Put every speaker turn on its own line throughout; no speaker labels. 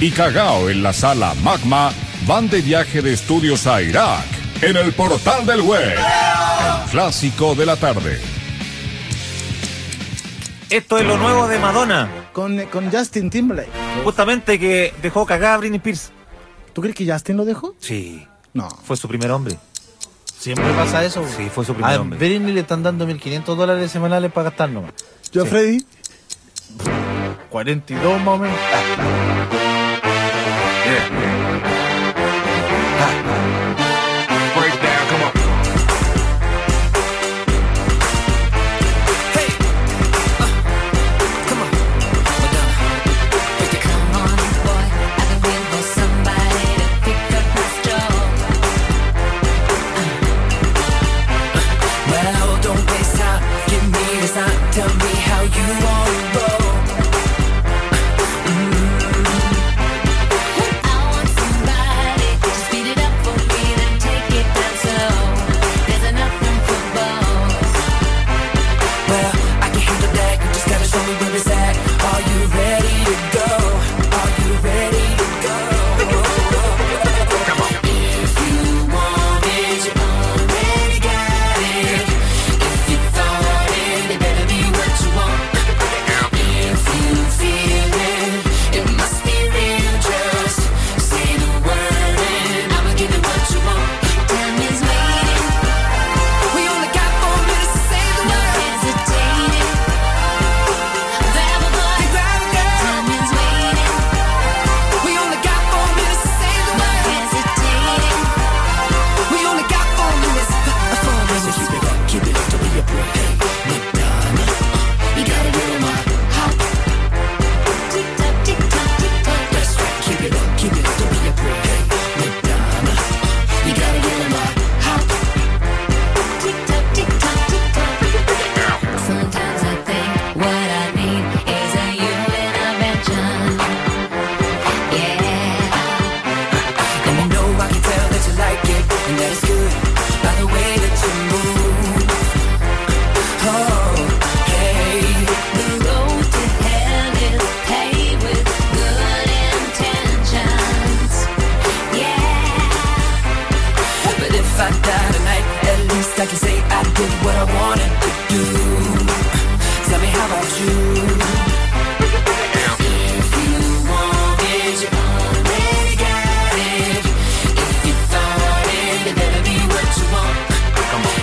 y Cagao en la sala Magma van de viaje de estudios a Irak en el portal del web. El clásico de la tarde.
Esto es lo nuevo de Madonna.
Con, con Justin Timberlake.
Justamente que dejó cagada a Britney Spears.
¿Tú crees que Justin lo dejó?
Sí.
No.
Fue su primer hombre.
Siempre pasa eso.
Sí, fue su
Ah,
primer
A
hombre.
Britney le están dando 1.500 dólares semanales para gastar nomás.
Yo,
Sí.
Freddy.
42 más o menos.
Uh, Uh. Tell me how you wanna roll. I want somebody to speed it up for me, then take it down slow. There's enough room for both. Well, I can handle that. You just gotta show me where it's at. Are you ready to go? Are you ready to go? If you want it, you already got it. If you thought it, it better be what you want. If you feel it, it must be real. Just say the word, and I'ma give you what you want. Time is waiting. We only got four minutes to say the word. No hesitating. Grab a boy, grab a girl. Time is waiting. We only got four minutes to say the word. No hesitating. We only got four minutes. Four minutes. Keep it up, keep it up, don't be a pro. Hey, Madonna, you got it on my heart. Tick tock, tick tock, tick tock. That's right. Keep it up, keep it up, don't be a pro. Hey, Madonna, you got it on my heart. Tick tock, tick tock, tick tock. Sometimes I think what I need is a human intervention. Yeah. And you know I can tell that you like it and that it's good by the way that you move. Oh, hey. The road to hell is paved with good intentions. Yeah. But if I die tonight, at least I can say I did what I wanted to do. Tell me how about you? If you want it, you already got it. If you thought it, it better be what you want.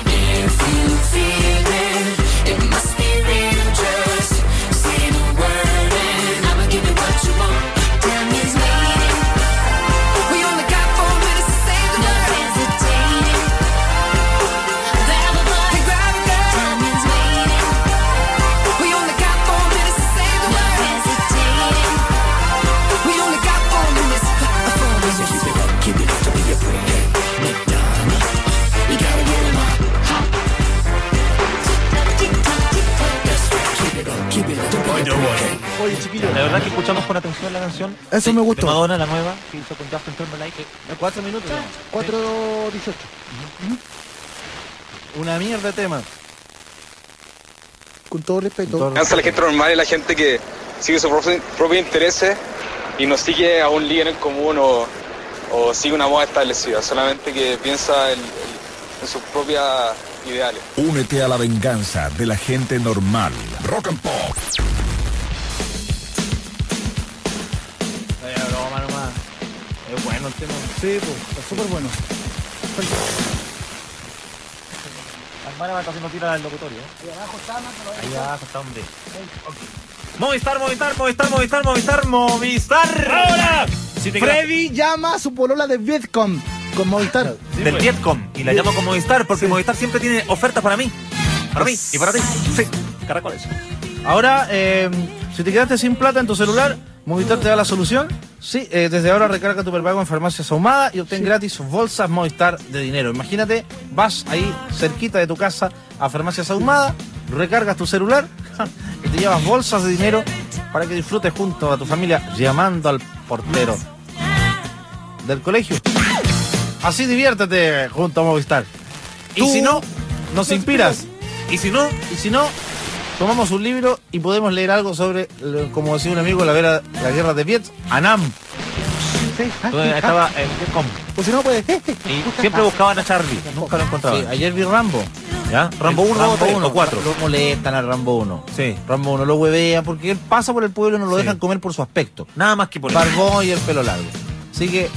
If you feel it, it must be real. Just say the word and I'ma give you what you want. Time is waiting. We only got four minutes to say the word. No hesitating. Grab a boy, grab a girl. Time is waiting. We only got four minutes to say the word. No hesitating. We only got four minutes. Four minutes. Keep it up, keep it up, don't be afraid. Madonna, you gotta get 'em up. Hop. Tick tock, tick tock, tick tock. That's right. Keep it up, keep it up, don't be afraid.
Oye, chiquillo.
La verdad que escuchamos con atención la canción.
Eso me
De
gustó.
Madonna, la nueva, que hizo con Justin Timberlake.
Cuatro minutos. eh, ¿no?
4.18.
Una mierda de tema.
Con todo respeto.
Con todo
Cansa la gente normal y la gente que sigue sus propios propios intereses eh, y no sigue a un líder en común o, o sigue una moda establecida, solamente que piensa en, en- en sus propias ideales.
Únete a la venganza de la gente normal. Rock and Pop.
Ay, broma nomás. Es bueno el tema.
Sí, pues, está súper bueno.
La hermana va casi no tira al locutorio. ¿eh? Ahí abajo está, hombre. Movistar, Movistar, Movistar, Movistar, Movistar, Movistar. ¡Ahora!
Freddy llama a su polola de Vietcom con Movistar.
Del Vietcom. Y la llamo con Movistar porque Movistar siempre tiene ofertas para mí. Para mí
Pues
y para ti. Sí. Caracoles.
Ahora, eh, si te quedaste sin plata en tu celular, Movistar te da la solución. Sí, eh, desde ahora recarga tu prepago en Farmacias Ahumada y obtén gratis bolsas Movistar de dinero. Imagínate, vas ahí cerquita de tu casa a Farmacias Ahumada, recargas tu celular y te llevas bolsas de dinero para que disfrutes junto a tu familia llamando al portero del colegio. Así diviértete junto a Movistar. Y
Tú
si no, nos
nos
inspiras.
Y si no,
Y si no, tomamos un libro y podemos leer algo sobre, lo- como decía un amigo, la, guerra- la guerra de Viet, Anam.
Sí. ah,
Entonces,
sí, ah.
estaba en Vietcom.
O si no, pues. eh, eh.
Y siempre buscaban a Charlie, nunca lo encontraban.
Sí, ayer vi Rambo.
¿Ya? Rambo 1,
Rambo
2, 3 o 4.
Lo molestan al Rambo 1.
Sí.
Rambo 1 lo huevea porque él pasa por el pueblo y no lo
Sí.
dejan comer por su aspecto.
Nada más que por eso.
Barbón y el pelo largo. Así que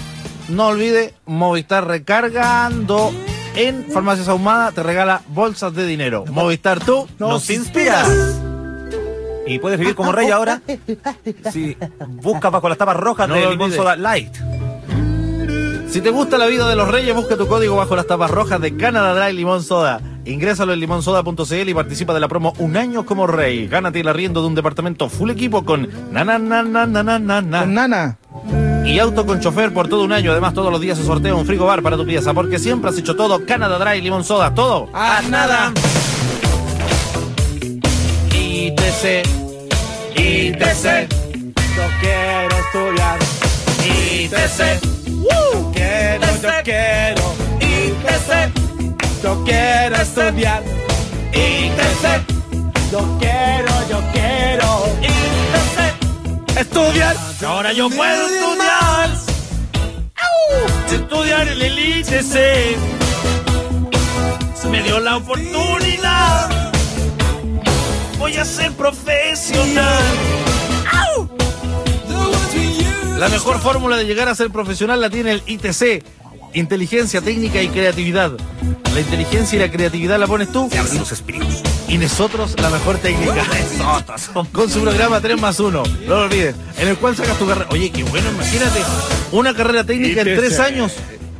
no olvide, Movistar recargando en Farmacias Ahumada te regala bolsas de dinero. Movistar tú
Nos inspiras. Y puedes vivir como rey ahora si buscas bajo las tapas rojas
No
de
lo
Limón
olvides.
Soda Light.
Si te gusta la vida de los reyes, busca tu código bajo las tapas rojas de Canada Dry Limón Soda. Ingrésalo en limonsoda.cl y participa de la promo Un año como rey. Gánate el arriendo de un departamento full equipo con na na na na na na na na.
Con Nana.
y auto con chofer por todo un año. Además, todos los días se sortea un frigobar para tu pieza, porque siempre has hecho todo. Canada Dry, limón soda, todo.
A nada.
ITC, ITC,
Yo quiero estudiar.
ITC,
Quiero, E.
E.
yo quiero. Yo quiero
E.
estudiar.
ITC,
Yo quiero, yo quiero.
E.
estudiar. Ahora yo puedo estudiar. Estudiar en el ITC. Me dio la oportunidad. Voy a ser profesional. La mejor fórmula de llegar a ser profesional la tiene el ITC. Inteligencia técnica y creatividad. La inteligencia y la creatividad la pones tú. los espíritus. Y nosotros la mejor técnica. Con su programa 3 más 1. No lo olvides. En el cual sacas tu carrera. Oye, qué bueno, imagínate. Una carrera técnica en tres años.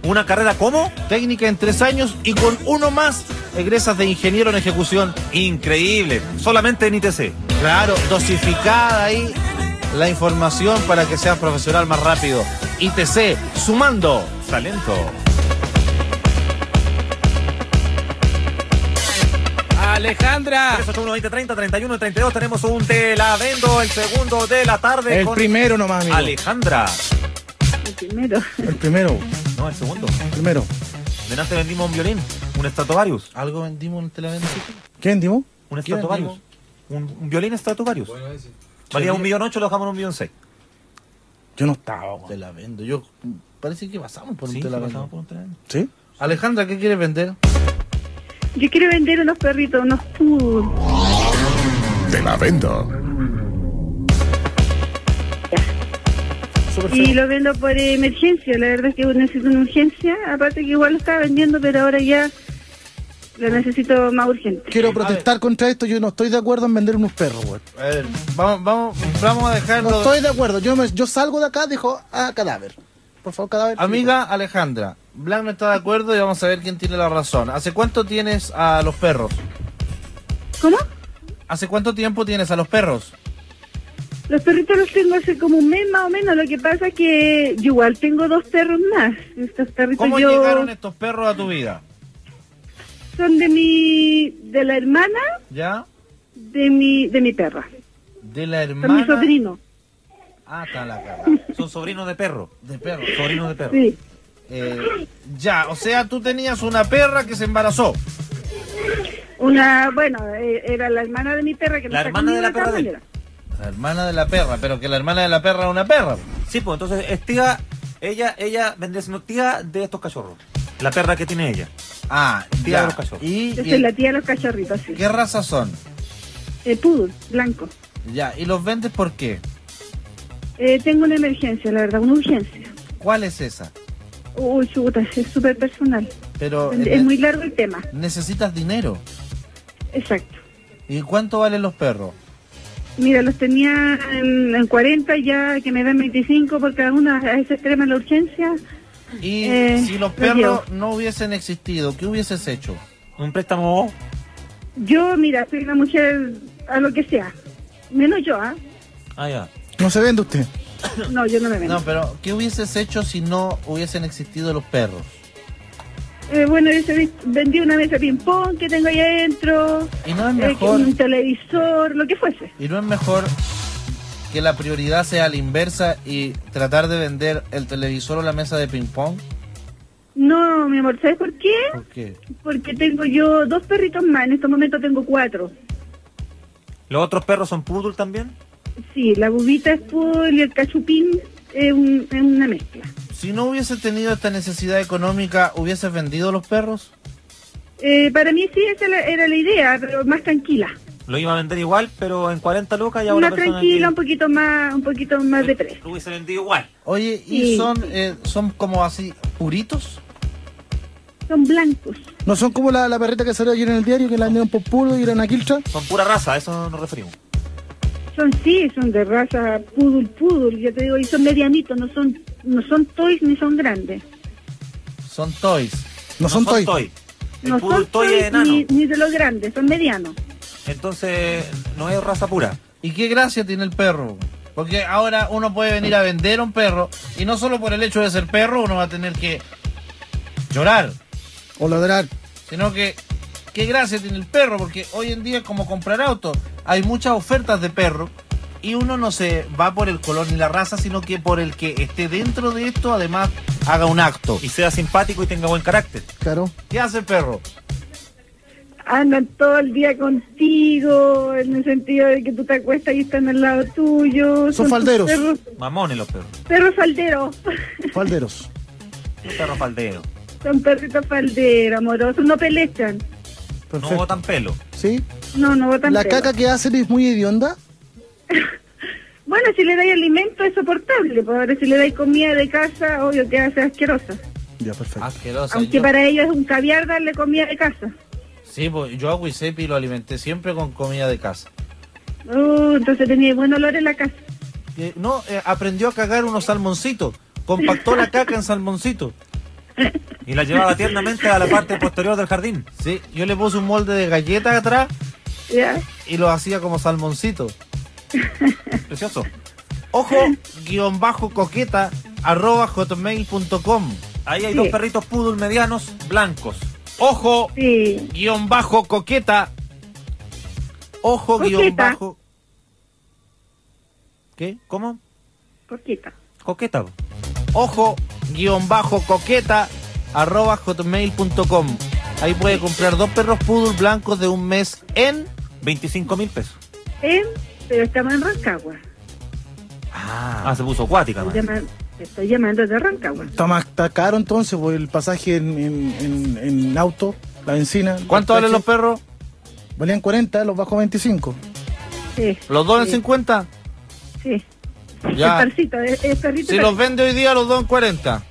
¿Una carrera cómo?
Técnica en tres años y con uno más egresas de ingeniero en ejecución.
Increíble. Solamente en ITC.
Claro, dosificada ahí la información para que seas profesional más rápido. ITC, sumando.
Talento.
Alejandra.
381 30 31 32 tenemos un Te la vendo, el segundo de la tarde
El
con
primero nomás, amigo.
Alejandra.
Primero.
El primero.
No, el segundo.
El primero.
Delante vendimos un violín, un Stratovarius.
¿Algo vendimos en Televendimos?
¿Quién, Dimo?
Un
¿Quién
Stratovarius. Un, un violín Stratovarius. Valía un millón ocho, lo dejamos en un millón seis.
Yo no estaba, güey.
Te la vendo. Yo parece que pasamos por
Sí,
un te la
lo
vendo.
dejamos por un Te la vendo.
¿Sí?
Alejandra, ¿qué quieres vender?
Yo quiero vender unos perritos, unos poodles.
Te la vendo.
Súper
Y
feo.
lo vendo por emergencia. La verdad es que necesito una urgencia. Aparte que igual lo estaba vendiendo, pero ahora ya lo necesito más urgente.
Eh,
Quiero protestar contra esto. Yo no estoy de acuerdo en vender unos perros, güey.
A ver, vamos, vamos, vamos a dejarlo.
No estoy de acuerdo. Yo, me- yo salgo de acá, dijo, ah, cadáver. Por favor, cadáver.
Amiga
pues.
Alejandra, Black no está de acuerdo y vamos a ver quién tiene la razón. ¿Hace cuánto tienes a los perros?
¿Cómo?
¿Hace cuánto tiempo tienes a los perros?
Los perritos los tengo hace como un mes más o menos. Lo que pasa es que yo igual tengo dos perros más. Estos perritos
¿Cómo
yo
llegaron estos perros a tu vida?
son de mi, de la hermana
¿Ya?
de mi, de mi perra.
De la
Son mi
hermana.
sobrino.
Ah, está la cagada.
Son sobrinos de perro.
De perros.
Sobrinos de perro.
Sí.
Eh, ya, o sea, tú tenías una perra que se embarazó.
Una, bueno, eh, era la hermana de mi perra que no
La
está pues
hermana de
conmigo
la
en
perra de él.
camionera.
La hermana de la perra, pero que la hermana de la perra es una perra.
Sí, pues entonces es tía, ella, ella vendría siendo tía de estos cachorros. La perra que tiene ella.
Ah,
Tía de
ya.
los cachorros.
Y,
Yo
y-
soy la tía de los cachorritos, sí.
¿Qué raza son?
Eh, poodle, blanco.
Ya, ¿y los vendes por qué?
Eh, tengo una emergencia, la verdad, una urgencia.
¿Cuál es esa?
Uy, chuta, es súper personal.
Pero eh,
Es muy largo el tema.
necesitas dinero.
Exacto.
¿Y cuánto valen los perros?
Mira, los tenía en, en 40, ya que me dan 25 por cada una, a ese extremo en la urgencia.
Y
Eh,
si los
lo
perros no hubiesen existido, ¿qué hubieses hecho?
Un préstamo.
Yo, mira, soy una mujer a lo que sea. Menos yo, ¿ah?
Ah, ya.
No se vende usted.
No, yo no me vendo.
No, pero ¿qué hubieses hecho si no hubiesen existido los perros?
Eh, bueno, yo se- vendí una mesa de ping-pong que tengo ahí adentro,
Y no es
eh,
mejor,
un televisor, lo que fuese.
y no es mejor que la prioridad sea la inversa y tratar de vender el televisor o la mesa de ping pong.
No, mi amor, ¿sabes por qué?
¿Por qué?
Porque tengo yo dos perritos más, en estos momentos tengo cuatro.
¿Los otros perros son poodle también?
Sí, la bubita es poodle y el cachupín es, un- es una mezcla.
Si no hubiese tenido esta necesidad económica, ¿hubieses vendido los perros?
Eh, para mí sí, esa la- era la idea, pero más tranquila.
Lo iba a vender igual, pero en 40 lucas ya una
Una
persona
tranquila, un poquito más un poquito más de precio.
Lo hubiese vendido igual.
Oye, ¿y
Sí,
son,
sí.
eh, son como así puritos?
Son blancos.
No son como la, la perrita que salió ayer en el diario, que la vendieron por puro y era una quilcha.
Son pura raza, a eso nos referimos.
Son sí, son de raza pudul pudul, yo te digo, y son medianitos, no son no son toys ni son grandes.
Son toys.
No, son toy.
El
no
puro
son
toy es
toys
enano.
ni, ni de los grandes, son medianos.
Entonces, no es raza pura.
¿Y qué gracia tiene el perro? Porque ahora uno puede venir a vender un perro y no solo por el hecho de ser perro uno va a tener que llorar,
O ladrar.
sino que qué gracia tiene el perro, porque hoy en día es como comprar auto, hay muchas ofertas de perro y uno no se va por el color ni la raza, sino que por el que esté dentro de esto además haga un acto.
Y sea simpático y tenga buen carácter.
Claro.
¿Qué hace el perro?
Andan todo el día contigo, en el sentido de que tú te acuestas y están al lado tuyo.
Son
tus
falderos.
Perros,
Mamones los perros.
perros falderos.
Falderos.
Los perros falderos.
son perritos falderos, amorosos, no pelechan.
No
Perfecto.
botan pelo.
¿Sí?
No, no botan
La
pelo.
caca que hacen es muy hedionda.
Bueno, si le dais alimento es soportable, pero ahora si le dais comida de casa, obvio que hace asquerosa.
Ya, perfecto.
Asqueroso.
Aunque
yo-
para ellos es un caviar darle comida de casa.
Sí, pues yo a Wisepi lo alimenté siempre con comida de casa.
Uh, entonces tenía buen olor en la casa.
Eh, no, eh, aprendió a cagar unos salmoncitos. Compactó la caca en salmoncito.
Y la llevaba tiernamente a la parte posterior del jardín.
Sí, yo le puse un molde de galletas atrás
¿Ya?
y lo hacía como salmoncito.
Precioso.
Ojo, guión bajo coqueta, arroba hotmail.com.
Ahí hay
Sí.
dos perritos poodle medianos blancos. Ojo,
Sí.
Guión bajo coqueta. Ojo, guión
Coqueta.
bajo. ¿Qué?
¿cómo?
Poquita.
Coqueta. po.
Ojo, guión bajo coqueta, arroba hotmail.com. Ahí puede comprar dos perros poodle blancos de un mes en
25 mil pesos.
¿Eh? Pero estamos en Rancagua.
Ah, se puso acuática,
Estoy
man.
llaman- te estoy llamando de Rancagua.
Está más está caro entonces por el pasaje en, en- en- en auto, la benzina.
¿Cuánto
los
valen los perros?
precios. Valían 40, los bajó 25.
Sí.
¿Los dos en
sí,
50?
Sí.
Ya.
Es perrito, es, es perrito.
Si
pero-
los vende hoy día, los dos en 40.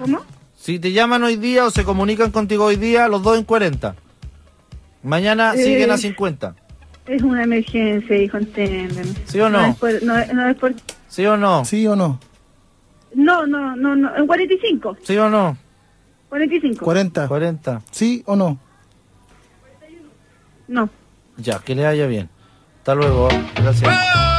¿Cómo?
Si te llaman hoy día o se comunican contigo hoy día, los dos en 40. Mañana
Eh.
siguen a 50.
Es una emergencia, hijo, entiéndeme.
¿Sí o no?
No es por... No, es- no es por...
¿Sí o no?
¿Sí o no?
No, no, no, no. En 45.
¿Sí o no?
45.
40.
40.
¿Sí o no?
No.
Ya, que le vaya bien. Hasta luego. Gracias.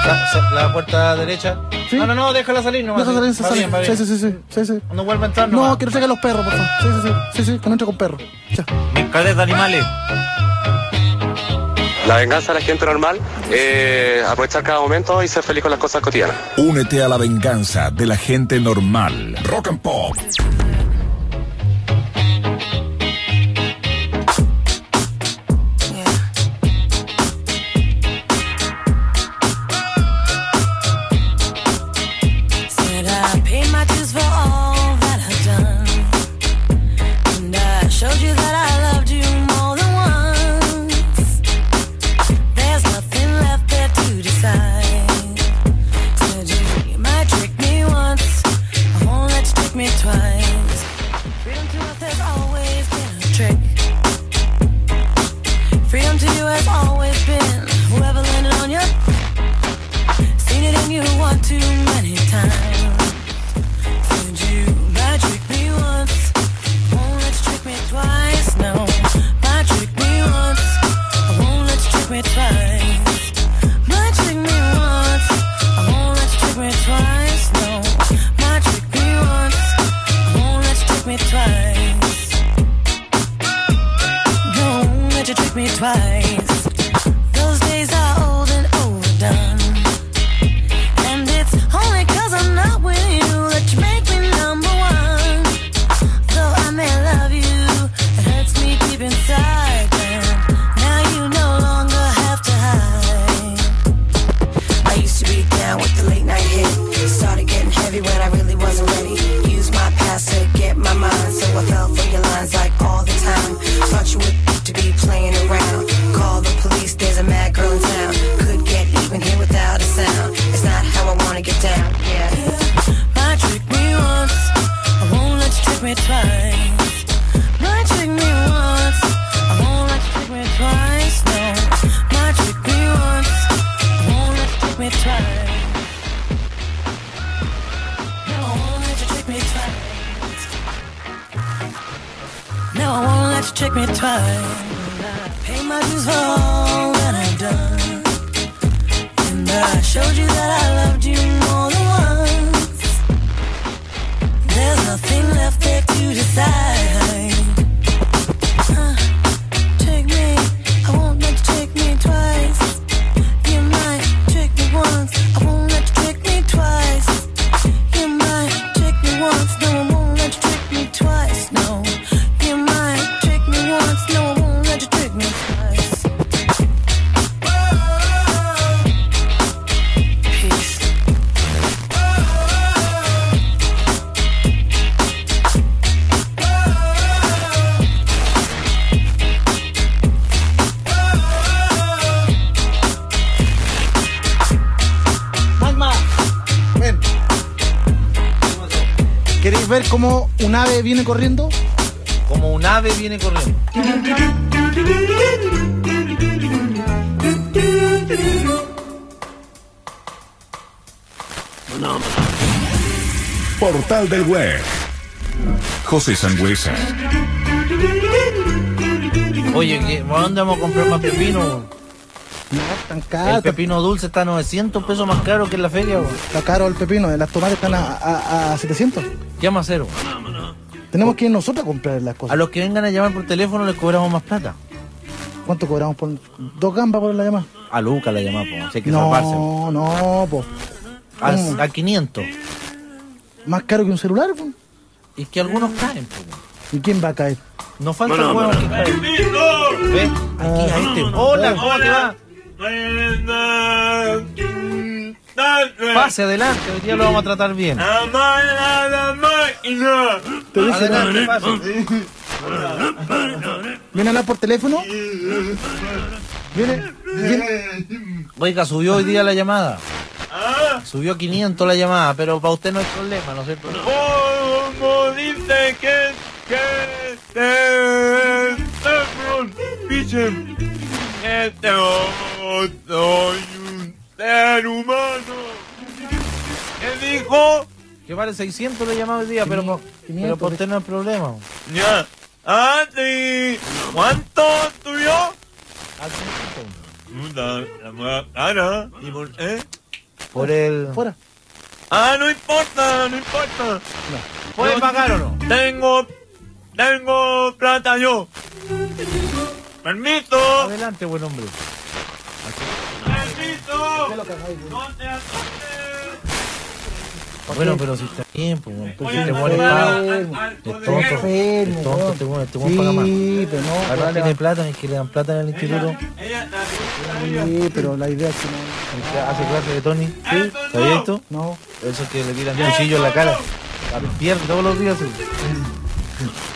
La, se- la puerta derecha. Ah,
Sí.
No, no, no, déjala salir nomás.
Deja
sí.
salir, deja
Va
salir.
bien, va bien.
Sí, sí, sí, sí, sí, sí.
No vuelva a entrar nomás.
No, que no traigan los perros, por favor. Sí, sí, sí, sí, sí, que no entre con perros. Ya.
Mercader de animales.
La venganza de la gente normal, eh, aprovechar cada momento y ser feliz con las cosas cotidianas.
Únete a la venganza de la gente normal. Rock and Pop.
Said I paid my dues for all that I've done. And I showed you that I loved you more than once. There's nothing left there to decide. Said you, you might trick me once, I won't let you trick me twice. Freedom to us has always been a trick. Freedom to you has always been whoever landed on your Seen it in you one too many times. Did you might trick me once? Won't let you trick me twice. No, might trick me once. I won't let you trick me twice. Might trick me once. I won't let you trick me twice. No, might trick me once. I won't let you trick me twice. Don't let you trick me twice. Those days are old and overdone. And it's only cause I'm not with you that you make me number one. Though I may love you, it hurts me deep inside. And now you no longer have to hide. I used to be down with the late night hit. Started getting heavy when I really wasn't ready. twice. No, trick me once. I won't let you trick me twice. No, not trick me once. I won't let you trick me twice. No, I won't let you trick me twice. No, I won't let you trick me twice. I pay my dues for all that I've done. And I showed you that I loved you more than once. There's nothing left there to decide. Huh, Trick me, I won't let you trick me twice. You might trick me once, I won't let you trick me twice. You might trick me once, no, I won't let you trick me twice. No, you might trick me once, no, I won't let you trick me twice. Peace.
Ven. ¿Queréis ver cómo un ave viene corriendo?
Como un ave viene corriendo.
Portal del Web. José Sangüesa.
Oye, ¿qué- ¿dónde vamos a comprar más pepino?
No, tan caro.
El pepino dulce está 900 pesos más caro que en la feria, güey.
Está caro el pepino. eh, Las tomates están a, a, a 700.
Llama a cero.
Tenemos que ir nosotros a comprar las
A
cosas.
los que vengan a llamar por teléfono les cobramos más plata.
¿Cuánto cobramos por dos gambas por la llamada?
A Luca la llamamos, po, si hay que salvarse.
No, no, po. Mm.
A, a 500.
Más caro que un celular, po.
Y que algunos caen, po, güey.
¿Y quién va a caer?
No falta huevo que caen. ¿Ves? Aquí a
Ah.
este. Hola, ¿cómo te va? Pase adelante, hoy día lo vamos a tratar bien.
Te dije, no.
Adelante, pase.
¿Viene a hablar por teléfono? ¿Viene? ¿Viene?
Oiga, subió hoy día la llamada. Subió a 500 la llamada, pero para usted no es problema, ¿no es cierto?
Ah.
¿Cómo dice que que te estamos dicen que te soy un ser humano? ¿Qué dijo?
Que vale 600 la llamada hoy día, pero, por-
500,
pero para usted no es problema.
Ya. Ah, sí. ¿Cuánto tuyo?
Así es, po.
Una, la más cara. ¿Y por qué?
Por el...
Fuera.
Ah, no importa, no importa.
¿Puede pagar o no?
Tengo, tengo plata yo. Permiso.
Adelante, buen hombre. Bueno, pero si está bien, pues, bueno, pues, si te mueres pago. Tonto,
enfermo,
tonto,
weón.
este weón- este weón paga más.
Sí, pero no.
Ahora
vale,
tiene plata, es que le dan plata en el instituto.
Sí, pero la idea es que no.
el que Hace clase de Tony. Sí. ¿Sabía esto?
No.
Eso que le tiran cuchillo en la cara. La pierden todos los días. sí.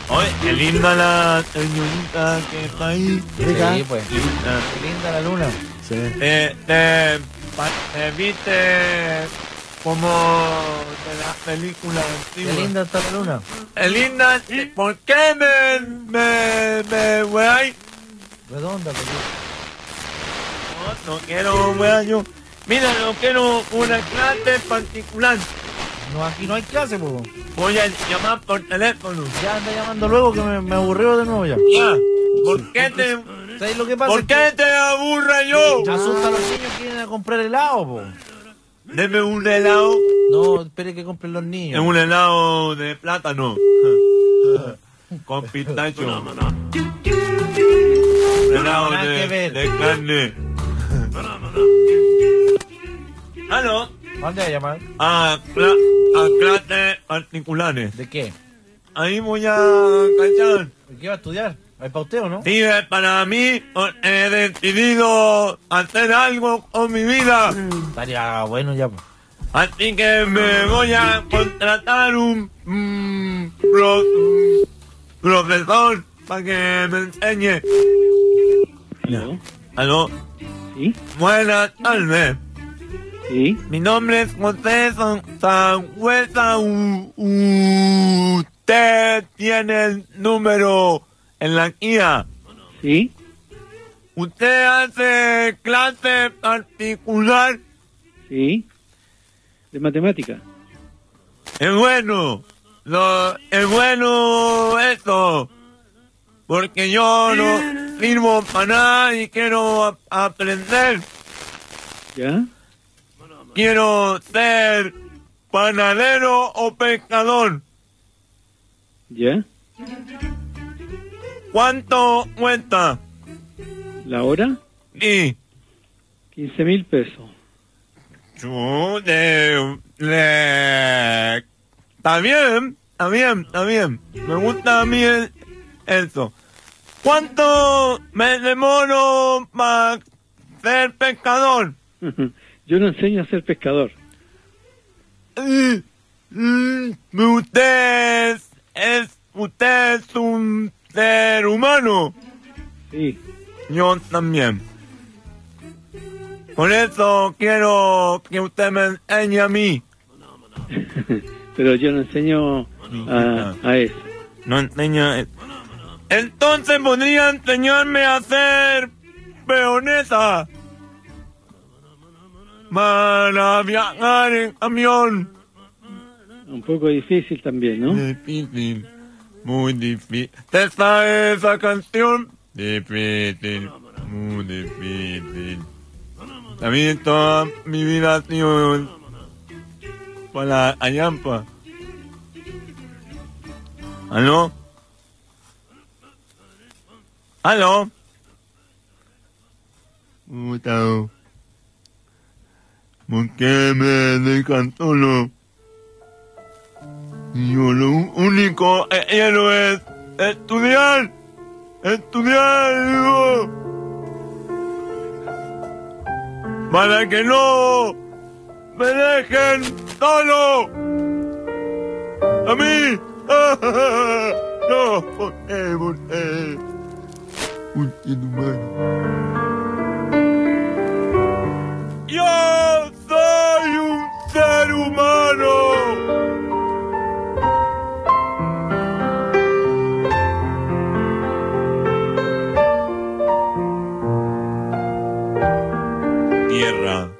Oye, qué linda la señorita que está ahí.
Rica.
Sí, pues.
Linda.
Linda la luna.
Te, te, pa- te viste como de las películas
Qué
antiguas.
linda está la luna.
Eh, linda, te- ¿por qué me, me, me weáis?
Redonda, pues.
No, no quiero weá yo. Mira, no quiero una clase particular.
No, aquí no hay clase, pues.
Voy a llamar por teléfono.
Ya anda llamando luego que me, me aburrió de nuevo ya.
Ya. ¿Por qué te,
¿Sabes lo que pasa?
por
Es
qué te aburra yo?
que Asusta a los niños que vienen a comprar helado, po.
Deme un helado.
No, espere que compren los niños.
Es un helado de plátano. Con pistacho. Un helado
Nada que
de,
ver.
de carne. ¿Aló?
¿Dónde va a llamar?
A, cla- a clases particulares.
¿De qué?
Ahí voy a cachar.
¿De qué va a estudiar? ¿Es para usted o no?
Vive para mí, porque he decidido hacer algo con mi vida.
Estaría bueno ya, pues. po.
Así que me voy a contratar un mm, pro- mm, profesor para que me enseñe. ¿Aló?
Sí.
Buenas tardes.
Sí.
Mi nombre es José San- Sangüesa U- Usted Usted tiene el número en la guía.
¿Sí?
Usted hace clase particular.
¿Sí? ¿De matemática?
Es bueno. Lo, es bueno esto. Porque yo no sirvo para nada y quiero a- aprender.
¿Ya?
Quiero ser panadero o pescador.
¿Ya?
¿Cuánto cuesta?
¿La hora?
Y
15 mil pesos.
yo de- le- Está bien, está bien, está bien. Me gusta a mí el- eso. ¿Cuánto me demoro para ser pescador?
Yo no enseño a ser pescador.
Mm, mm, Usted es- es, usted es un ser humano.
Sí.
Yo también. Por eso quiero que usted me enseñe a mí.
Pero yo no enseño a, a eso.
No enseña. Entonces podría enseñarme a hacer peonesa. Para viajar en camión.
Un poco difícil también, ¿no?
Difícil. Muy difícil. ¿Te sabes esa canción? Difícil. Muy difícil. También toda mi vida ha sido un- para la Ayampa. ¿Aló? ¿Aló? Puta. ¿Por qué me dejan solo? Yo lo único que quiero es estudiar. Estudiar, digo. Para que no me dejen solo. A mí. No, ¿por eh. qué? ¿Por qué? Un ser humano. Yo soy un ser humano. tierra.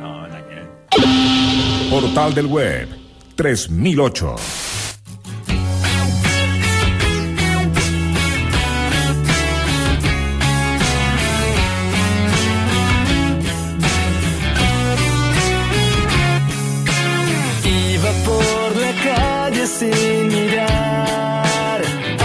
No, no quiero.
Portal del Web 3008.
Iba por la calle sin mirar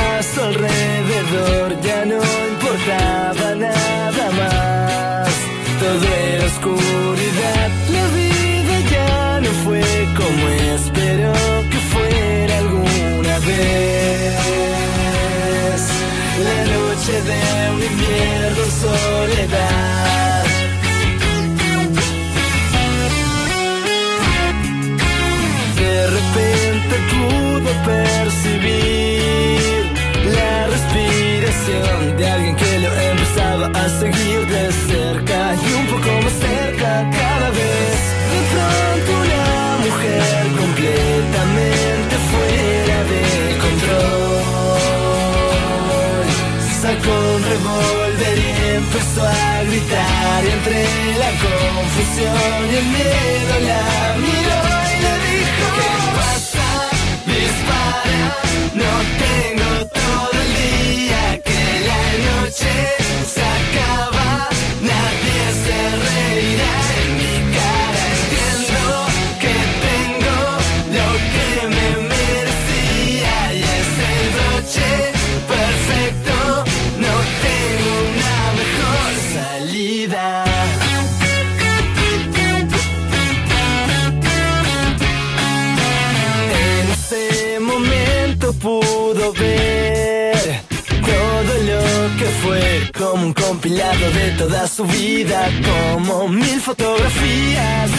a su alrededor, ya no importaba nada más. Todo era oscuridad, la vida ya no fue como espero que fuera alguna vez. La noche de un invierno en soledad. De repente pude percibir la respiración de alguien que lo empezaba a seguir de cerca y un poco más cerca cada vez. De pronto una mujer completamente fuera de control sacó un revólver y empezó a gritar y entre la confusión y el miedo la miró y le dijo ¿Qué pasa? Dispara, no tengo todo el día que la noche se acaba, nadie se reirá en mi cara entiendo que tengo lo que me merecía y es el broche perfecto, no tengo una mejor salida. En ese momento pudo ver todo lo que fue como un compilado de toda su vida, como mil fotografías.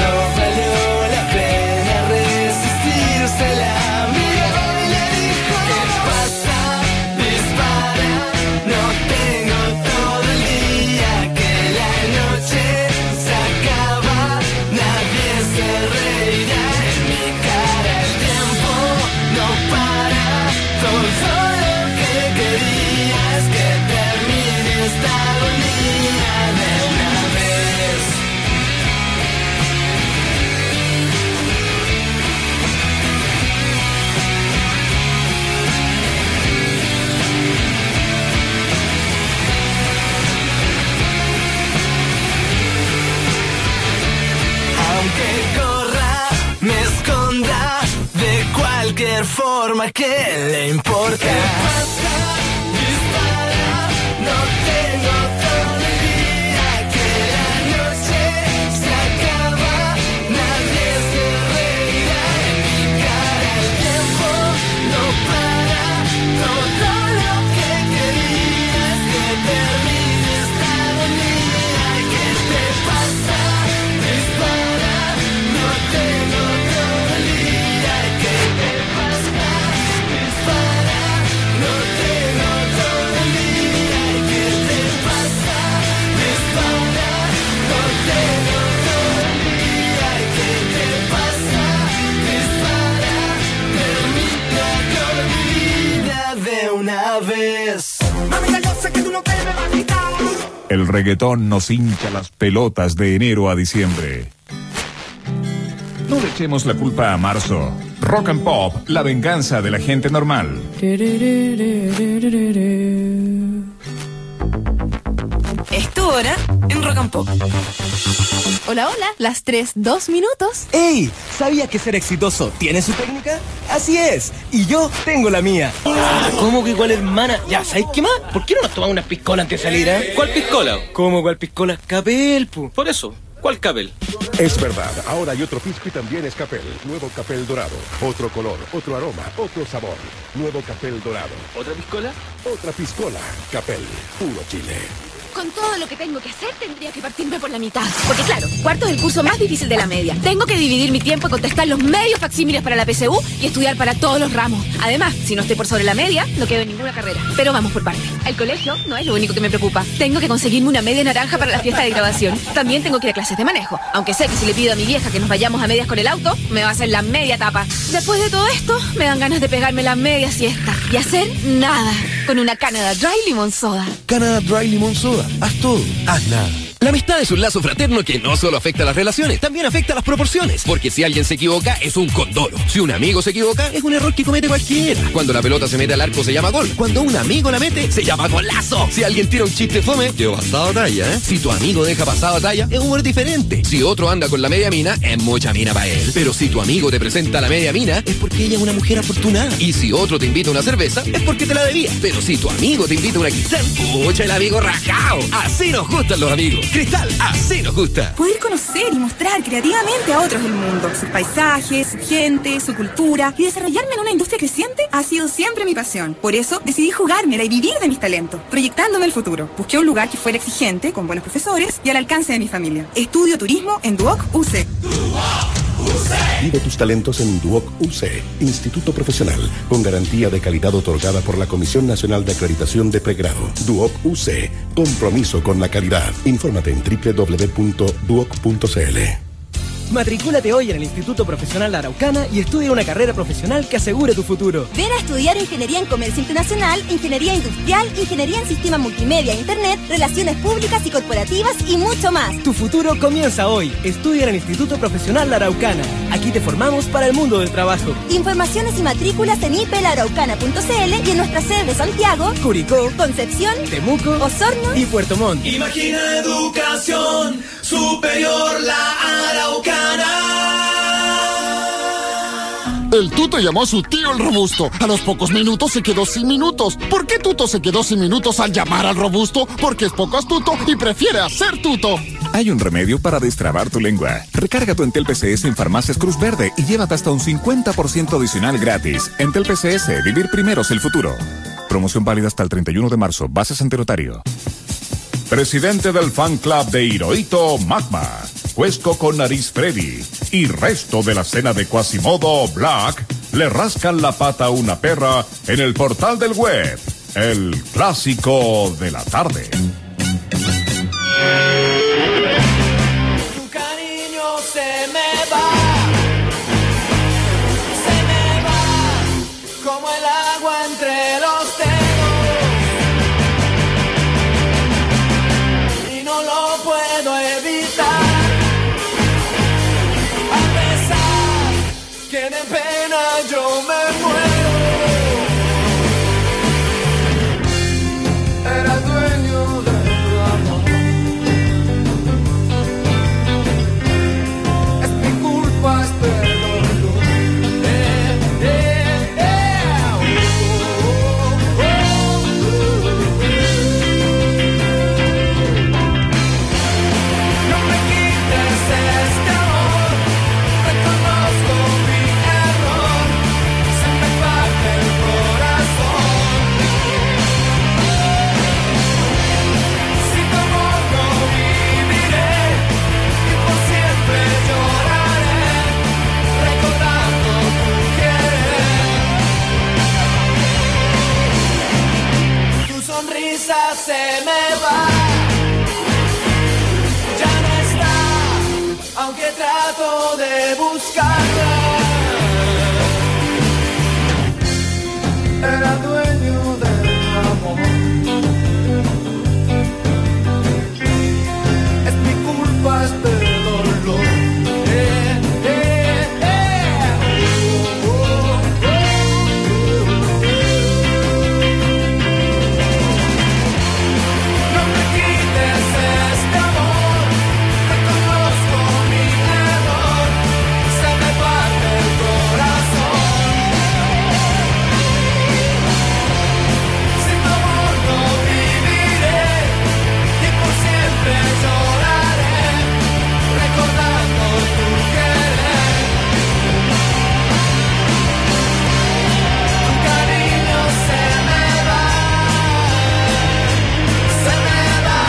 No valió la pena resistirse, la miró y le dijo: ¿Qué pasa? Dispara, no tengo todo el día que la noche se acaba, nadie se re que corra, me esconda de cualquier forma que le importa. Pasa, dispara, no tengo otro día que la noche se acaba, nadie se reirá en mi cara. El tiempo no para, todo lo que quería es que termine esta agonía. ¿Qué te pasa? Dispara, no tengo otro día que te pasa. Dispara, no tengo otro día que te pasa. Dispara, no tengo otro día que te pasa. Dispara, permita que olvida de una vez. Mamita, yo sé que tú no te me vas a quitar.
El reggaetón nos hincha las pelotas de enero a diciembre. No le echemos la culpa a marzo. Rock and Pop, la venganza de la gente normal.
Es tu hora en Rock and Pop. Hola, hola, las 3, 2 minutos.
¡Ey! ¿Sabías que ser exitoso tiene su técnica? Así es, y yo tengo la mía. ¿Cómo que igual hermana? Ya, ¿sabes qué más? ¿Por qué no nos tomamos unas piscolas antes de salir, eh?
¿Cuál piscola?
¿Cómo cuál piscola? Capel, pu.
Por eso, ¿cuál cabel?
Es verdad, ahora hay otro pisco y también es Capel. Nuevo Capel Dorado. Otro color, otro aroma, otro sabor. Nuevo Capel Dorado.
¿Otra piscola?
Otra piscola. Capel, puro Chile.
Con todo lo que tengo que hacer, tendría que partirme por la mitad. Porque, claro, cuarto es el curso más difícil de la media. Tengo que dividir mi tiempo en contestar los medios facsímiles para la PSU y estudiar para todos los ramos. Además, si no estoy por sobre la media, no quedo en ninguna carrera. Pero vamos por parte. El colegio no es lo único que me preocupa. Tengo que conseguirme una media naranja para la fiesta de grabación. También tengo que ir a clases de manejo. Aunque sé que si le pido a mi vieja que nos vayamos a medias con el auto, me va a hacer la media tapa. Después de todo esto, me dan ganas de pegarme la media siesta y hacer nada con una Canada Dry Limon Soda.
Canada Dry Limon Soda. Haz todo, haz nada. La amistad es un lazo fraterno que no solo afecta a las relaciones, también afecta a las proporciones. Porque si alguien se equivoca, es un condoro. Si un amigo se equivoca, es un error que comete cualquiera. Cuando la pelota se mete al arco, se llama gol. Cuando un amigo la mete, se llama golazo. Si alguien tira un chiste fome, quedó pasado talla, ¿eh? Si tu amigo deja pasado talla, es humor diferente. Si otro anda con la media mina, es mucha mina para él. Pero si tu amigo te presenta la media mina, es porque ella es una mujer afortunada. Y si otro te invita a una cerveza, es porque te la debía. Pero si tu amigo te invita a una cristal, pucha el amigo rajao. Así nos gustan los amigos. Cristal, así nos gusta.
Poder conocer y mostrar creativamente a otros el mundo, sus paisajes, su gente, su cultura y desarrollarme en una industria creciente ha sido siempre mi pasión. Por eso decidí jugármela y vivir de mis talentos, proyectándome el futuro. Busqué un lugar que fuera exigente, con buenos profesores y al alcance de mi familia. Estudio turismo en Duoc UC.
Vive tus talentos en Duoc UC, Instituto Profesional, con garantía de calidad otorgada por la Comisión Nacional de Acreditación de Pregrado. Duoc UC, compromiso con la calidad. Infórmate en www.duoc.cl.
Matricúlate hoy en el Instituto Profesional La Araucana y estudia una carrera profesional que asegure tu futuro.
Ven a estudiar Ingeniería en Comercio Internacional, Ingeniería Industrial, Ingeniería en Sistema Multimedia e Internet, Relaciones Públicas y Corporativas y mucho más.
Tu futuro comienza hoy. Estudia en el Instituto Profesional La Araucana. Aquí te formamos para el mundo del trabajo.
Informaciones y matrículas en ipelaraucana.cl y en nuestra sede de Santiago, Curicó, Concepción,
Temuco,
Osorno
y Puerto Montt.
Imagina educación superior la araucana.
El Tuto llamó a su tío el robusto. A los pocos minutos se quedó sin minutos. ¿Por qué Tuto se quedó sin minutos al llamar al robusto? Porque es poco astuto y prefiere hacer Tuto.
Hay un remedio para destrabar tu lengua. Recarga tu Entel PCS en Farmacias Cruz Verde y llévate hasta un 50% adicional gratis. Entel PCS, vivir primero es el futuro. Promoción válida hasta el 31 de marzo. Bases ante notario.
Presidente del fan club de Hirohito, Magma, Cuesco con Nariz Freddy y resto de la cena de Quasimodo, Black, le rascan la pata a una perra en el portal del web, el clásico de la tarde.
Tu cariño se me va. Se me va como el agua entre los dedos. Y no lo puedo evitar. A pesar que de pena yo me muero. Era dueño de tu amor. Es mi trato de buscarla. Era dueño del amor. Es mi culpa este dolor. Eh, eh, eh. Oh, oh, oh, oh. No me quites este amor. Reconozco mi error, se me parte el corazón. Sin tu amor no viviré y por siempre lloraré, recordando tu querer. Tu cariño se me va, se me va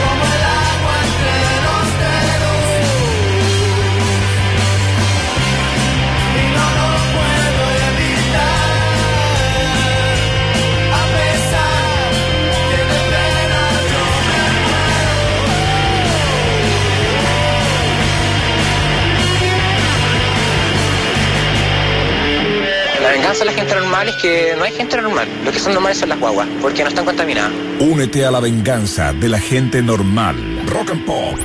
como el agua entre los dedos. Y no lo puedo evitar, a pesar que de pena yo me
La venganza de la gente normal es que no hay gente normal. Lo que son normales son las guaguas, porque no están contaminadas.
Únete a la venganza de la gente normal. Rock and Pop.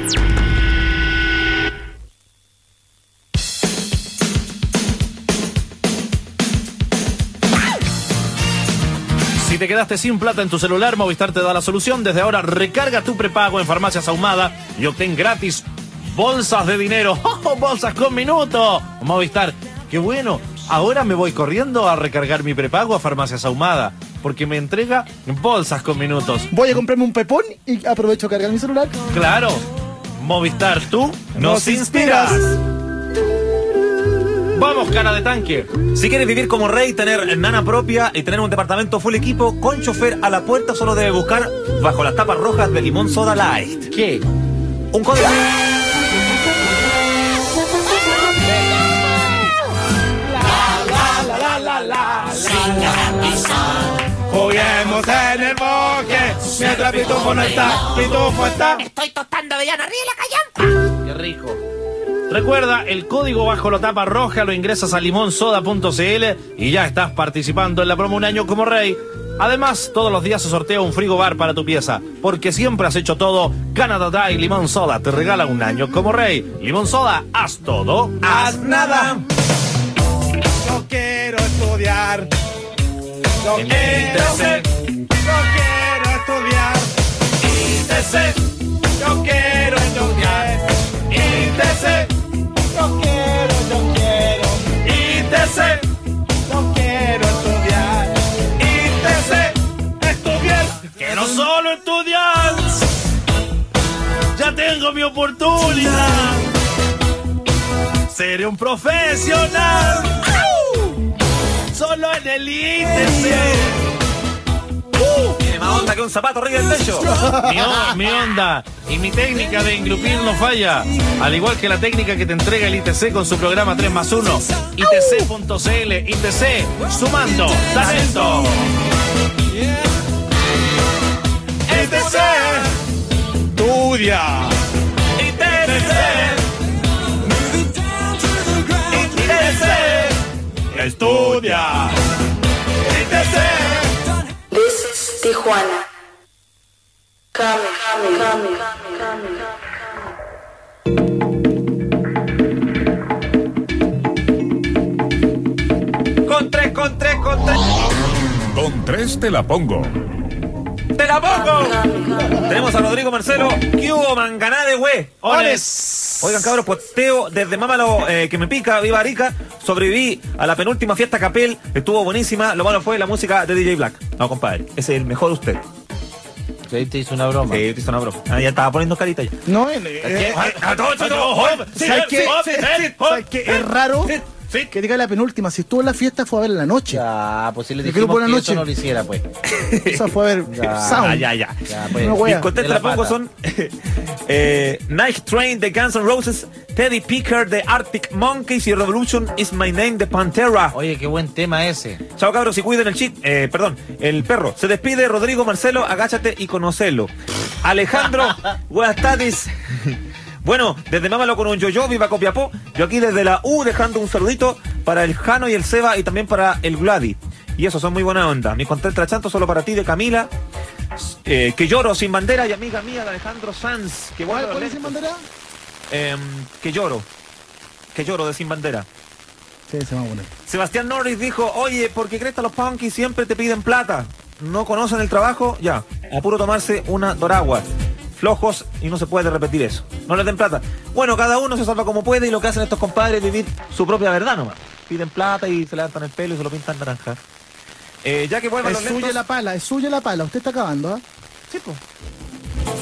Si te quedaste sin plata en tu celular, Movistar te da la solución. Desde ahora recarga tu prepago en Farmacias Ahumada y obtén gratis bolsas de dinero. ¡Oh, bolsas con minuto! Movistar, qué bueno. Ahora me voy corriendo a recargar mi prepago a Farmacias Ahumada porque me entrega bolsas con minutos.
Voy a comprarme un pepón y aprovecho a cargar mi celular.
Claro, Movistar, tú nos inspiras. Vamos, cara de tanque.
Si quieres vivir como rey, tener nana propia y tener un departamento full equipo con chofer a la puerta, solo debes buscar bajo las tapas rojas de Limón Soda Light.
¿Qué?
Un código.
La, la, la,
Juguemos en el bosque, mientras Pitufo no está, Pitufo está.
Estoy tostando avellana arriba la calle.
Qué rico. Recuerda, el código bajo la tapa roja lo ingresas a limonsoda.cl y ya estás participando en la promo Un Año como Rey. Además, todos los días se sortea un frigo bar para tu pieza, porque siempre has hecho todo. Canada Dry Limón Soda te regala un año como rey. Limón Soda, haz todo, haz nada.
Yo quiero estudiar. Yo quiero ser. Yo quiero estudiar. ITC. Yo quiero estudiar. ITC. Yo quiero, yo quiero. ITC. Yo quiero estudiar. ITC. Estudiar.
Quiero solo estudiar. Ya tengo mi oportunidad. Seré un profesional. Solo en el ITC.
Tiene más onda que un zapato arriba del techo.
Mi, on- mi onda y mi técnica de engrupir no falla. Al igual que la técnica que te entrega el ITC con su programa 3 más 1. ITC.cl, ITC, sumando talento.
ITC. Estudia. ITC. ITC. Estudia. ITC. This is Tijuana. Come, come, come, come.
Con tres, con tres, con tres.
Con tres te la pongo.
¡Te la pongo! Tenemos a Rodrigo Marcelo. ¿Qué hubo, manganá de güey? ¡Ones! Oigan, cabros, posteo desde Mámalo eh, que me pica, viva Arica. Sobreviví a la penúltima fiesta Capel. Estuvo buenísima. Lo malo fue la música de DJ Black. No, compadre. Ese es el mejor usted.
Sí, te hizo una broma.
Sí, te hizo una broma. Ah, ya estaba poniendo carita ya.
No, en- eh, ¿Sabes qué? ¿Sabes qué? Es raro que diga la penúltima. Si estuvo en la fiesta, fue a ver en la noche.
Ah, pues si le
El grupo
dijimos
de
que
la
eso
noche.
no lo hiciera, pues.
O sea, fue a ver Sound.
Ya, ya, ya.
pues.
No, wea.
Mis contestas
De la
tampoco
pata.
son eh, Night Train de Guns N' Roses, Teddy Picker de Arctic Monkeys y Revolution is My Name de Pantera.
Oye, qué buen tema ese.
Chao cabros y cuiden el chip, eh, perdón, el perro. Se despide Rodrigo Marcelo, agáchate y conocelo. Alejandro, buenas tardes. Bueno, desde Mámalo con un yo-yo, viva Copiapó. Yo aquí desde la U dejando un saludito para el Jano y el Seba y también para el Vladi. Y eso son muy buena onda. Mi contra chanto solo para ti de Camila, eh, que lloro sin bandera y amiga mía de Alejandro Sanz. Que guarda los
¿Cuál, cuál es sin
lentes.
bandera?
Em, que lloro. Que lloro de sin bandera.
Sí, se va a poner.
Sebastián Norris dijo, oye, ¿por qué crees que los punkies siempre te piden plata? ¿No conocen el trabajo? Ya, a puro tomarse una doragua. Flojos y no se puede repetir eso. No les den plata. Bueno, cada uno se salva como puede y lo que hacen estos compadres es vivir su propia verdad nomás. Piden plata y se levantan el pelo y se lo pintan naranja. Eh, ya que vuelvan
Es
los
suya
lentos,
la pala, es suya la pala. Usted está acabando, ¿ah? Sí, pues.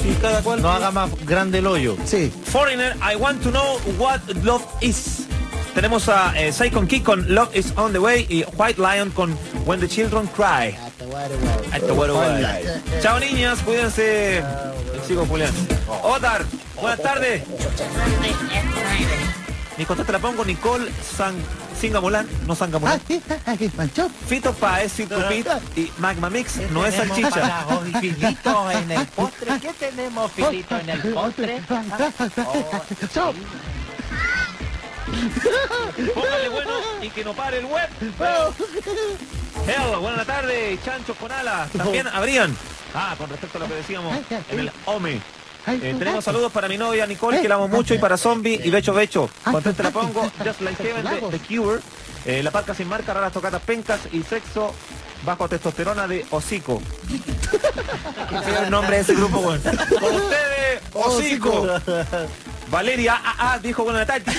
y cada cual...
No haga más grande el hoyo.
Sí.
Foreigner, I want to know what love is. Tenemos a eh, Saikon Key con Love is on the way y White Lion con When the Children Cry. At the water world. Chao niñas, cuídense. El chico Julián. Otar, buenas tardes. Mi contacto la pongo Nicole San Singamolán, no Sangamolán. Fito Paez, Cito Pit y Magma Mix, no es
tenemos
salchicha.
para hoy, Filito, en el postre? ¿Qué tenemos, Filito, en el postre?
Oh,
Chao.
Póngale bueno y que no pare el web. Hello, buenas tardes, chanchos con alas. También habrían. Ah, con respecto a lo que decíamos en el OME. Eh, tenemos saludos para mi novia Nicole, que la amo mucho, y para Zombie y Becho Becho. Contente este la pongo, Just Like Heaven de The Cure, eh, La Parca Sin Marca, Raras Tocatas Pencas y Sexo Bajo Testosterona de Hocico. Qué feo el nombre de ese grupo, weón. Con ustedes, Hocico. Valeria AA dijo buenas tardes.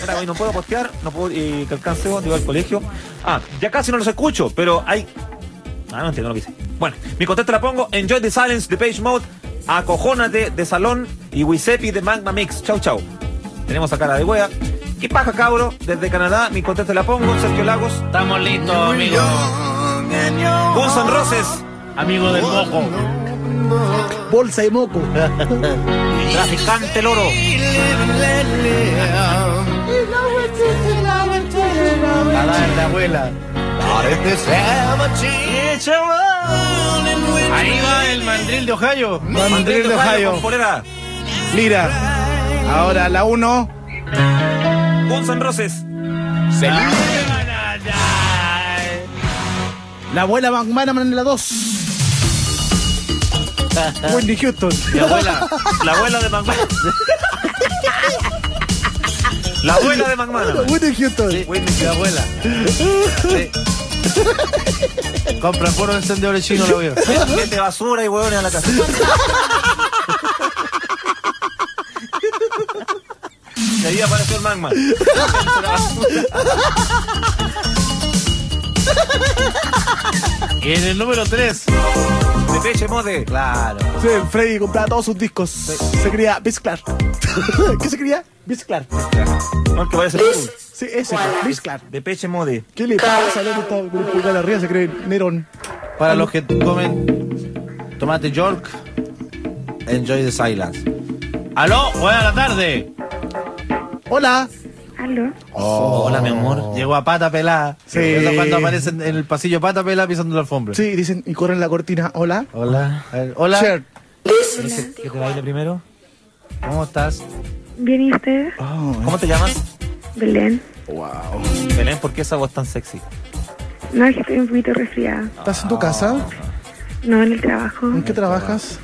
Ahora, güey, no puedo postear, no puedo y que alcance, weón, digo al colegio. Ah, ya casi no los escucho, pero hay Ah, no entiendo lo que dice. Bueno, mi contesta la pongo. Enjoy the silence de Page Mode. Acojónate de Salón y Wisepi de Magma Mix. Chau, chau. Tenemos a cara de wea. ¿Qué paja, cabro? Desde Canadá, mi contesta la pongo. Sergio Lagos. Estamos listos, amigo. Guns N' Roses. Amigo del mojo.
Bolsa y moco.
Traficante loro.
A la de la abuela. Ahí va el mandril de Ohio.
Mandril de Ohio con polera.
Mira. Ahora la 1.
Guns N' Roses.
La abuela Bangmana en la 2. Wendy Houston.
Mi abuela. La abuela de Magma. La abuela de Magmana.
Wendy Houston.
La abuela. Compra puro encendedores chino lo veo.
Gente basura y huevones a la casa. Y ahí apareció el magma.
Y en el número 3.
De Peche Mode.
Claro.
Sí, Freddy compraba todos sus discos. Se creía Vince Clark. ¿Qué se creía? Vince Clark.
No, que parece tú.
Sí, ese. Vince Clark.
De Peche Mode.
¿Qué le pasa? Le está con un pulgar arriba, se cree Nerón.
Para los que comen tomate York, enjoy the silence. ¡Aló! ¡Buena la tarde!
Hola.
Aló.
hola, mi amor.
Llegó a pata pelada.
Oh. Sí.
Es Cuando aparecen en el pasillo pata pelada pisando la alfombra.
Sí, dicen y corren la cortina. Hola.
Hola. A ver, hola.
Shirt.
Dice que te baile primero.
¿Cómo estás?
¿Bien y usted?
Oh, eh.
¿Cómo te llamas?
Belén.
Wow.
Belén, ¿por qué esa voz tan sexy?
No, es que estoy un poquito resfriada.
¿Estás en tu casa?
No, en el trabajo.
¿En qué trabajas?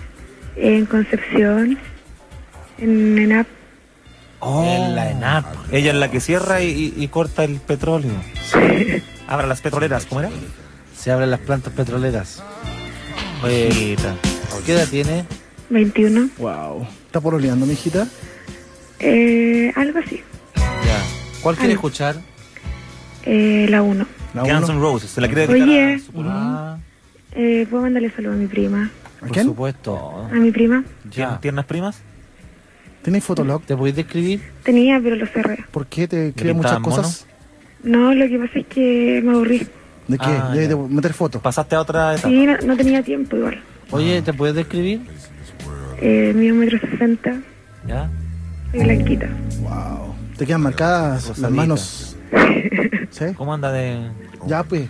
En Concepción. En ENAP.
Oh.
En la ENAP.
Ah.
Ella es la que cierra y, y- y corta el petróleo. Abra las petroleras, ¿cómo era?
Se abren las plantas petroleras. Oye, ¿qué edad tiene?
21.
Wow. ¿Estás pololeando, mijita?
Eh, algo así.
Ya. ¿Cuál quiere escuchar?
Eh, la 1.
La
Guns
uno.
N' Roses. Se la quiere dedicar a
Oye,
su-
eh, ¿puedo mandarle saludos a mi prima?
Por
quién? Mm.
supuesto.
¿A mi prima?
¿Tien- ¿Tiernas primas?
¿Tienes Fotolog?
¿Te podéis describir?
Tenía, pero lo cerré.
¿Por qué te
¿Le
crees muchas
pintaban
cosas?
No, lo que pasa es que me aburrí.
¿De qué?
Ah,
¿De,
ya.
de meter fotos?
¿Pasaste a otra etapa?
Sí, no, no tenía tiempo igual.
Oye, ¿te puedes describir?
Eh, mido un metro sesenta,
¿Ya?
soy blanquita.
Wow. ¿Te quedan marcadas las
Rosadita.
manos? ¿Sí?
¿Cómo anda de...?
Ya, pues.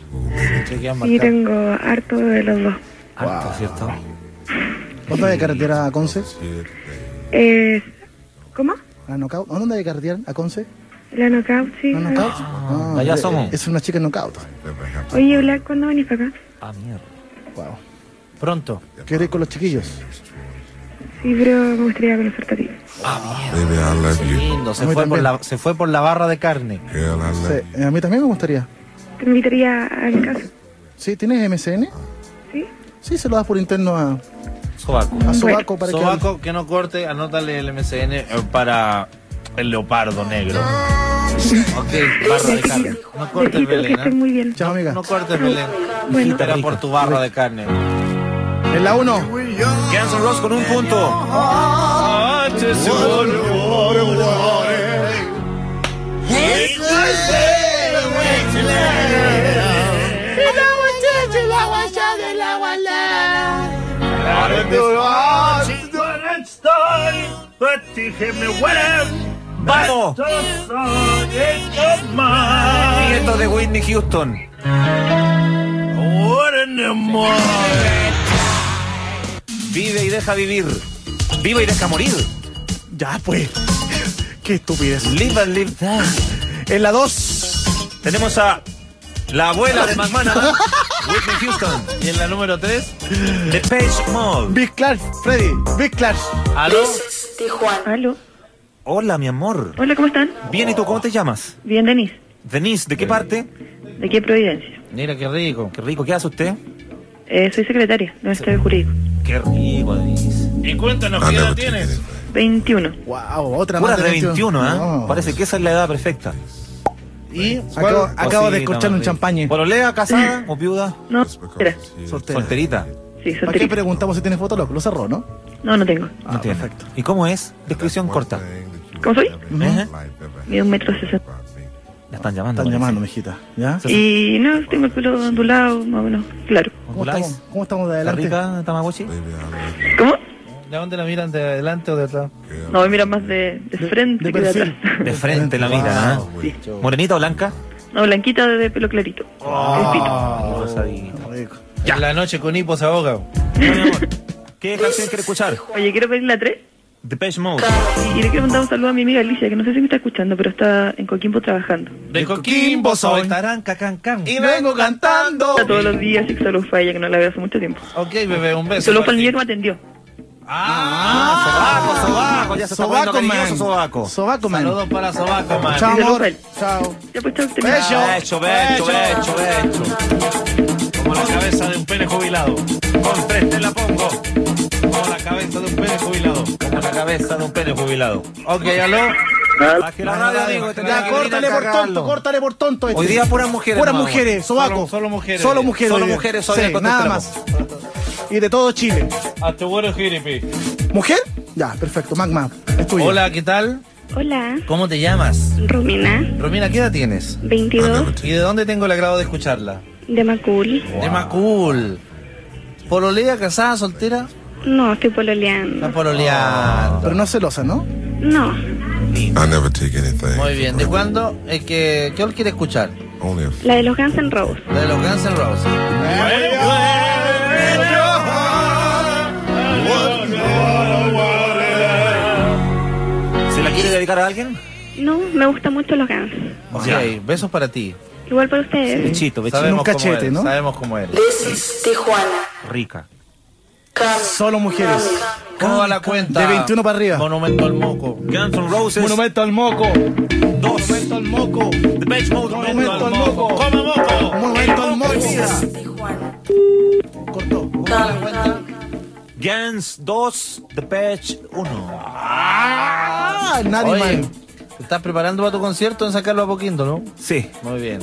Te quedan
Y
marcadas.
tengo harto de los dos.
Harto, Ah, ¿cierto?
¿Cuánto de carretera a Conce?
Eh, ¿Cómo?
¿La knockout? ¿A dónde de cardear? ¿A Conce?
La knockout, sí.
¿La knockout?
Ah.
allá
eh,
somos.
Es una chica knockout.
Oye, Black, ¿cuándo venís para acá?
Ah, mierda.
Wow.
Pronto.
¿Qué haré con los chiquillos?
Sí, pero me gustaría conocerte a ti.
Lindo,
A
se
mí
fue, por
también.
la, se fue por la barra de carne.
Sí, eh, a mí también me gustaría.
Te invitaría a mi casa.
¿Sí? ¿Tienes MCN?
Sí.
Sí, se lo das por interno a...
Sobaco.
A Sobaco para que-
Sobaco, que... no corte, anótale el MCN eh, para el leopardo negro. ok, barra de carne. No cortes
Besitos, que
Belén.
estén
¿eh?
muy bien.
Chao, amiga.
No cortes Belén.
Bueno.
Era por tu barra de carne.
En la 1.
Guns N' Roses con un punto.
¡Vamos!
Y esto de Whitney Houston. Vive y deja vivir. Vive y deja morir.
Ya, pues. Qué estupidez.
Live and live die.
En la 2
tenemos a la abuela de McMahon, Whitney Houston.
Y en la número 3,
The Page Mall.
Big Clark, Freddy. Big Clark.
¿aló?
Tijuana. Aló.
Hola, mi amor.
Hola, ¿cómo están?
Bien, ¿y tú cómo te llamas?
Bien, Denise.
Denise, ¿de qué parte?
¿De qué Providencia?
Mira, qué rico.
Qué rico, ¿qué hace usted?
Eh, soy secretaria del Ministerio Jurídico.
Qué rico, Denise.
Y cuéntanos, ¿qué edad tienes?
21.
Wow, otra
Puras
más
de 21, ¿eh?
No.
Parece que esa es la edad perfecta.
Y
Acabo,
¿cuál- Oh,
acabo de
Cosita,
escuchar un
Martín.
champañe.
¿Pololea, casada o viuda?
No, espera.
Soltera.
Solterita.
Sí,
¿Para qué
soltera.
preguntamos si tienes foto? Lo, lo cerró, ¿no?
No, no tengo.
Ah,
No tiene. ¿Y cómo es? Descripción corta.
¿Cómo soy?
Ajá.
Mido un metro sesenta.
La están llamando.
Están
parece.
llamando, mijita. ¿Ya?
Y no, tengo el pelo ondulado, más o menos. Claro.
¿Cómo estamos, ¿Cómo estamos de
¿Está
adelante?
rica, Tamagotchi?
¿Cómo?
¿De dónde la miran? ¿De adelante o de atrás?
No, mira más de, de frente
de
que de
perfil.
atrás.
De frente la mira, ¿ah? ¿Morenita o blanca?
No, blanquita de pelo clarito.
Ah.
Oh, rosadita.
Rico.
En la noche con hipo se ahoga.
Bueno, mi amor, ¿Qué canción quiere escuchar?
Oye, quiero pedir la 3
Depeche Mode.
y le quiero mandar un saludo a mi amiga Alicia, que no sé si me está escuchando, pero está en Coquimbo trabajando.
De Coquimbo soy. Taranca, can, can.
Y vengo cantando.
Está todos los días y saludos para ella, que no la veo hace mucho tiempo.
Ok, bebé, un beso.
Saludos para el niño que me
Martín.
atendió.
Ah, sobaco, sobaco. Ya se está
Sobaco,
poniendo
man.
cariñoso, sobaco.
Sobaco, man.
Saludos para Sobaco, man.
Chao,
Díselo,
amor.
Rafael.
Chao.
Ya pues, chao, que estén bien.
Becho,
Beso.
becho, becho, becho.
Como la cabeza de un pene jubilado. Con tres te la pongo. Como la cabeza de un pene jubilado.
Como la cabeza de un pene jubilado.
Ok, aló.
Baje la radio, amigo.
Ya,
Ya,
tendrá que
córtale
venir a
por tonto,
cagarlo.
córtale por tonto. este.
Hoy día puras mujeres,
Puras
nomás,
mujeres, sobaco.
Solo- solo mujeres.
Solo mujeres.
Solo
hoy día.
mujeres, hoy
Sí,
día con
nada
tus
más. Y de todo Chile.
A tu bueno, Jiripi.
¿Mujer? Ya, perfecto. Magma, es tuyo.
Hola, ¿qué tal?
Hola,
¿Cómo te llamas?
Romina,
Romina, ¿qué edad tienes?
22,
¿Y de dónde tengo el agrado de escucharla?
de Macul.
De Macul. ¿Pololea, casada, soltera?
No, estoy
Está
pololeando.
pololeando.
Pero no es celosa, ¿no?
No,
Muy bien. ¿De cuándo? Es que, ¿Qué hora quiere escuchar?
la de los Guns N' Roses.
La de los Guns N' Roses.
¿Se la quiere dedicar a alguien?
No, me gustan mucho los Guns.
Ok,
Ya.
besos para ti.
Igual para ustedes.
Bechito, bechito.
Sabemos
un cachete,
cómo eres,
¿no?
Sabemos cómo eres.
Tijuana.
Rica.
Solo mujeres.
¿Cómo va la cuenta?
De 21 para arriba.
Monumento al moco.
Guns N' Roses.
Monumento al moco.
Dos.
Monumento al moco.
Depeche Mode.
Monumento al moco.
¡Come moco!
Monumento al moco. Cortó.
Guns 2. Depeche 1.
Ah, nadie
Oye,
mal.
¿te estás preparando para tu concierto en sacarlo a Poquindo, no?
Sí.
Muy bien.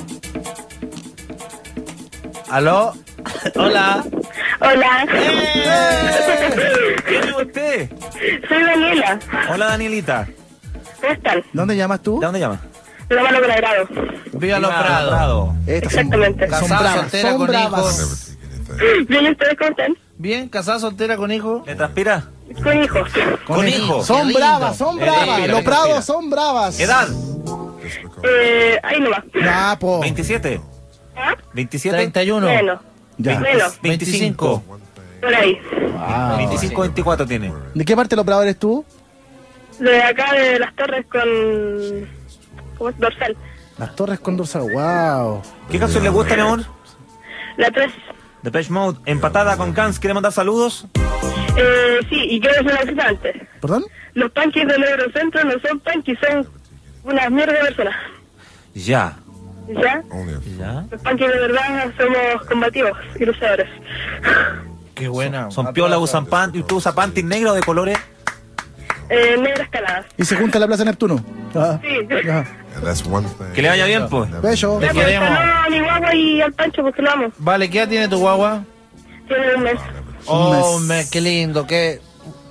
¿Aló? Hola. Eh.
Hola,
¿Quién es usted?
soy Daniela.
Hola, Danielita. ¿De
¿Cómo están?
¿Dónde llamas tú?
dónde llama?
La mano con agrado.
Viva los
Viva
Prados.
Estas son-
Exactamente.
Son,
Casada,
bravas.
soltera,
Son
con
bravas.
hijos.
Bien, ¿y ustedes cómo están?
Bien, casada, soltera, con hijo.
¿Le transpira?
Con hijos.
Con hijo.
Son
lindo.
bravas, son
Eh,
bravas.
respira,
Los
respira.
bravos son bravas.
¿Edad?
Eh, ahí nomás.
Ya, po.
27.
¿Ah?
27.
31.
Bueno,
Ya.
bueno,
25.
por ahí.
Wow.
25, 24 tiene.
¿De qué parte de los bravos eres tú?
de acá de las torres con... ¿Cómo es? Dorsal.
Las torres con dorsal, wow.
¿Qué canción le gusta, mi amor?
La 3.
The Page Mode, empatada con Cans. ¿Quiere mandar saludos?
Eh, sí, y quiero decir algo antes.
¿Perdón?
Los punkies del Eurocentro no son punkies, son unas mierdas de personas.
Ya.
¿Ya?
Ya.
Los punkies de verdad somos combativos y luchadores.
Qué buena. Son, son piola, usan panty. ¿Usted usa panty negro de colores?
Eh, negras caladas.
Y se junta en la Plaza Neptuno. Ah,
Sí.
ya.
Que le vaya bien, pues.
Bello.
Te
Saludos
queremos.
a mi guagua y al Pancho porque lo amo.
Vale, ¿qué edad tiene tu guagua?
Tiene un mes.
Oh, me- qué lindo, qué,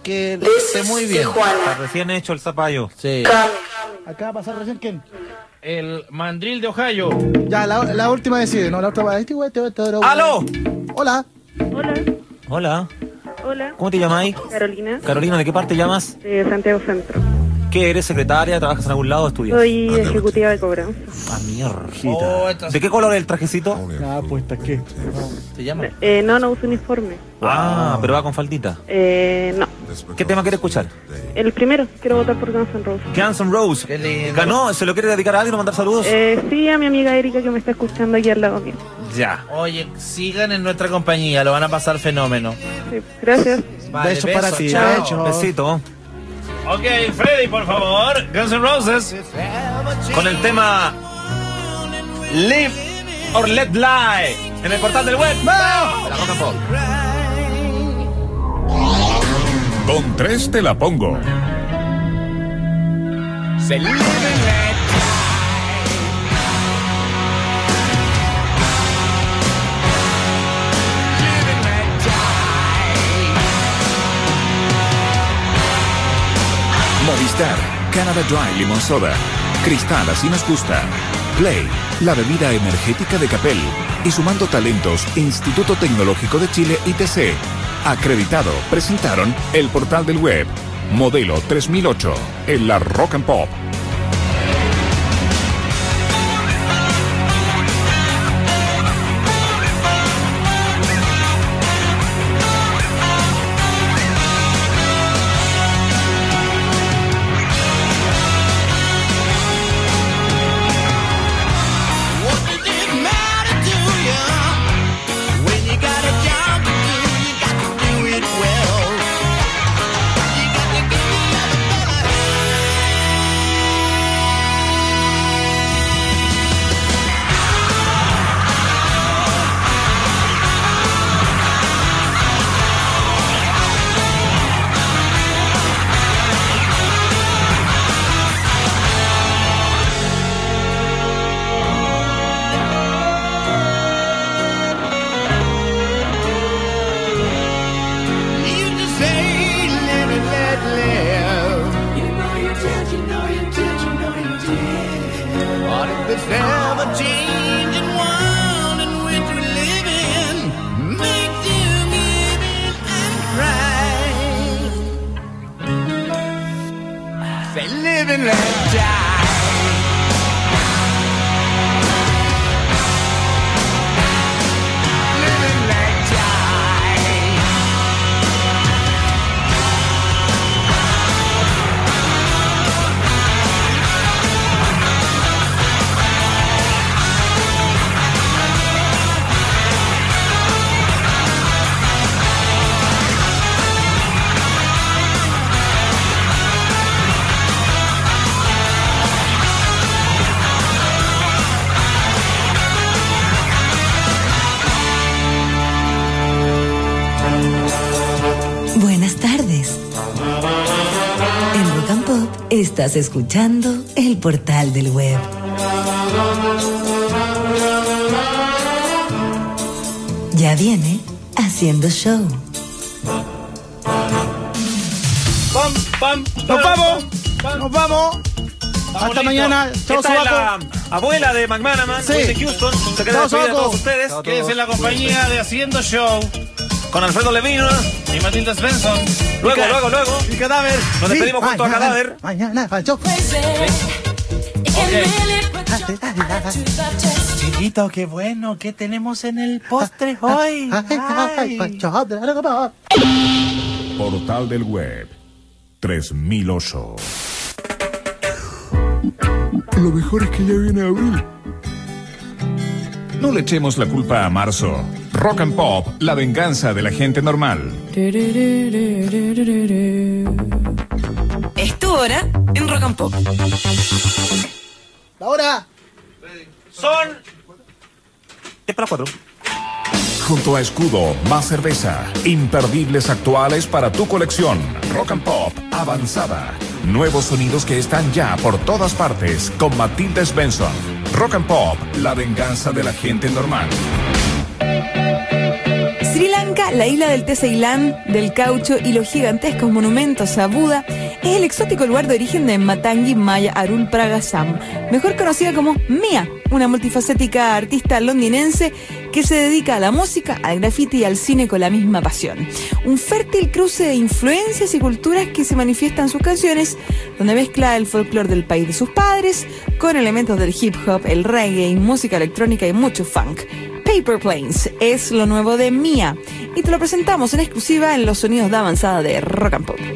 qué, esté muy bien.
Está Recién hecho el zapallo.
Sí.
Acaba de pasar recién quién.
El mandril de Ohio.
Ya, la, la última decide, no, la otra va. Este güey te va a estar-
¡Aló!
Hola.
Hola,
Hola.
hola.
¿Cómo te llamáis?
Carolina,
Carolina, ¿de qué parte llamas?
de Santiago Centro.
¿Qué eres? ¿Secretaria? ¿Trabajas en algún lado? ¿Estudias?
Soy ejecutiva de cobranza.
Ah, mierda. ¿De qué color es el trajecito?
Ah, pues está qué.
¿Te llama?
Eh, no, no uso uniforme.
Ah, pero va con faldita.
Eh, no.
¿Qué tema quiere escuchar?
El primero, quiero votar por Guns N' Roses.
Guns N' Roses. ¿Ganó? ¿Se lo quiere dedicar a alguien o mandar saludos?
Eh, sí, a mi amiga Erika que me está escuchando aquí al lado mío.
Ya.
Oye, sigan en nuestra compañía, lo van a pasar fenómeno.
Sí, gracias.
Vale,
Besos para ti,
chao.
besos.
Besito.
Ok, Freddy, por favor. Guns N' Roses.
Con el tema Live or Let Die en el portal del web. De la Rock and Pop.
Con tres te la pongo.
Say live and let
Movistar, Canada Dry Limon Soda, Cristal así nos gusta, Play, la bebida energética de Capel y sumando talentos, Instituto Tecnológico de Chile ITC, acreditado, presentaron el portal del web, modelo 3008, en la Rock and Pop.
What does it matter to you? When you got a job to do, you got to do it well. You got to give the other fella You just say live and let live. You know you did, you know you did, you know you did. What if this ever changing world in which we live in makes you give in and cry? Say live and let die. Live and let die.
Buenas tardes. En Rock and Pop estás escuchando el portal del web. Ya viene haciendo show.
¡Pam, pam!
¡Nos vamos! ¡Nos vamos! Hasta
Bonito.
mañana. Chao,
Esta es la
sobaco.
abuela de McManaman,
Sí.
de Houston. Se queda despedida
Chao,
de
sobaco.
todos ustedes.
Chao a todos.
Quédense en la compañía de Haciendo Show
Con Alfredo Levino.
y Matilda Svensson.
Luego, luego, luego.
Y cadáver.
Nos despedimos
Sí,
junto a
mañana,
Cadáver.
Mañana, falso.
Chiquito, qué bueno. ¿Qué tenemos en el postre hoy?
Ay,
Ay.
ay, Pancho, de la Rock and Pop.
Portal del web
3008.
Lo mejor es que ya viene abril.
No le echemos la culpa a marzo. Rock and Pop, la venganza de la gente normal.
Es tu hora en Rock and Pop.
La hora.
Son. Es para cuatro.
Junto a Escudo, más cerveza. Imperdibles actuales para tu colección. Rock and Pop, avanzada. Nuevos sonidos que están ya por todas partes con Matilda Svensson. Rock and Pop, la venganza de la gente normal.
Sri Lanka, la isla del té Ceilán, del caucho y los gigantescos monumentos a Buda, es el exótico lugar de origen de Matangi Maya Arul Pragasam, mejor conocida como Mia, una multifacética artista londinense que se dedica a la música, al graffiti y al cine con la misma pasión. Un fértil cruce de influencias y culturas que se manifiesta en sus canciones, donde mezcla el folclore del país de sus padres con elementos del hip hop, el reggae, música electrónica y mucho funk. Paper Planes es lo nuevo de Mia y te lo presentamos en exclusiva en los sonidos de avanzada de Rock and Pop.
I fly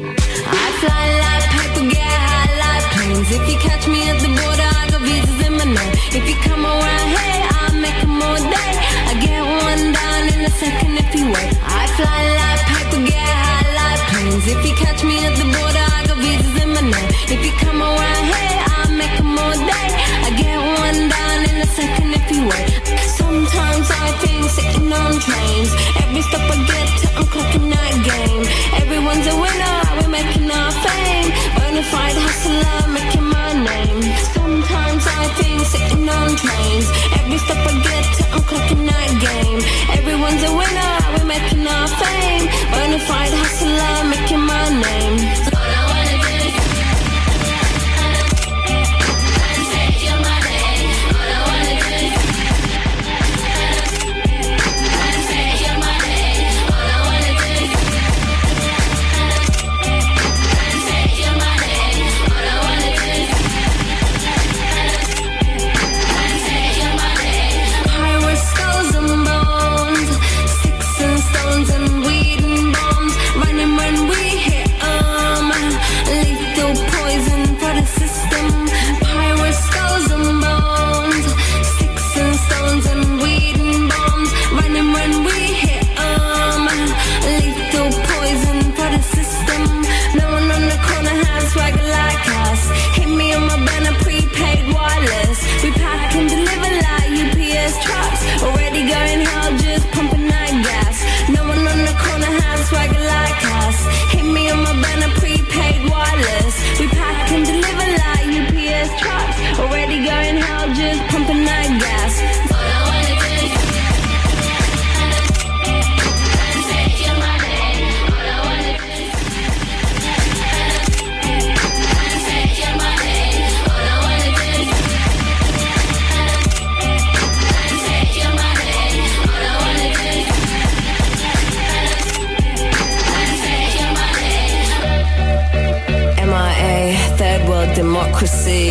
like hard to get high like planes. If you catch me at the border, I got visas in my name. If you come around here, I'll make 'em all day. I get one down in a second if you wait. I fly like hard to get high like planes. If you catch me at the border, I got visas in my name. If you come around here, I'll make 'em all day. I get one down in a second if you wait. Sometimes I think sitting on trains. Every stop I get to, I'm clocking that game. Everyone's a winner, we're making our fame. Bonafide hustler, making my name. Sometimes I think sitting on trains. Every stop I get to, I'm clocking that game. Everyone's a winner, we're making our fame. Bonafide hustler, making my name. All I wanna do is take your money. All I wanna do is High with skulls and bones, sticks and stones and weed and bombs. Running when we hit 'em, lethal poison for the system. Pirate skulls and bones, sticks and stones and weed and bombs. Running when we hit 'em, lethal poison for the system. No one on the corner has swagger like us. Hit me on my banner, prepaid wireless. We pack and deliver like UPS trucks. Already going hard, just pumping that gas. No one on the corner has swagger like us. Hit me on my banner, prepaid wireless. We pack and deliver like UPS trucks. Already going hard, just pumping that gas. All I wanna do is take your money. All I wanna do is take your money. All I wanna do is take your money. All I wanna do is take your money.
MIA, third world democracy.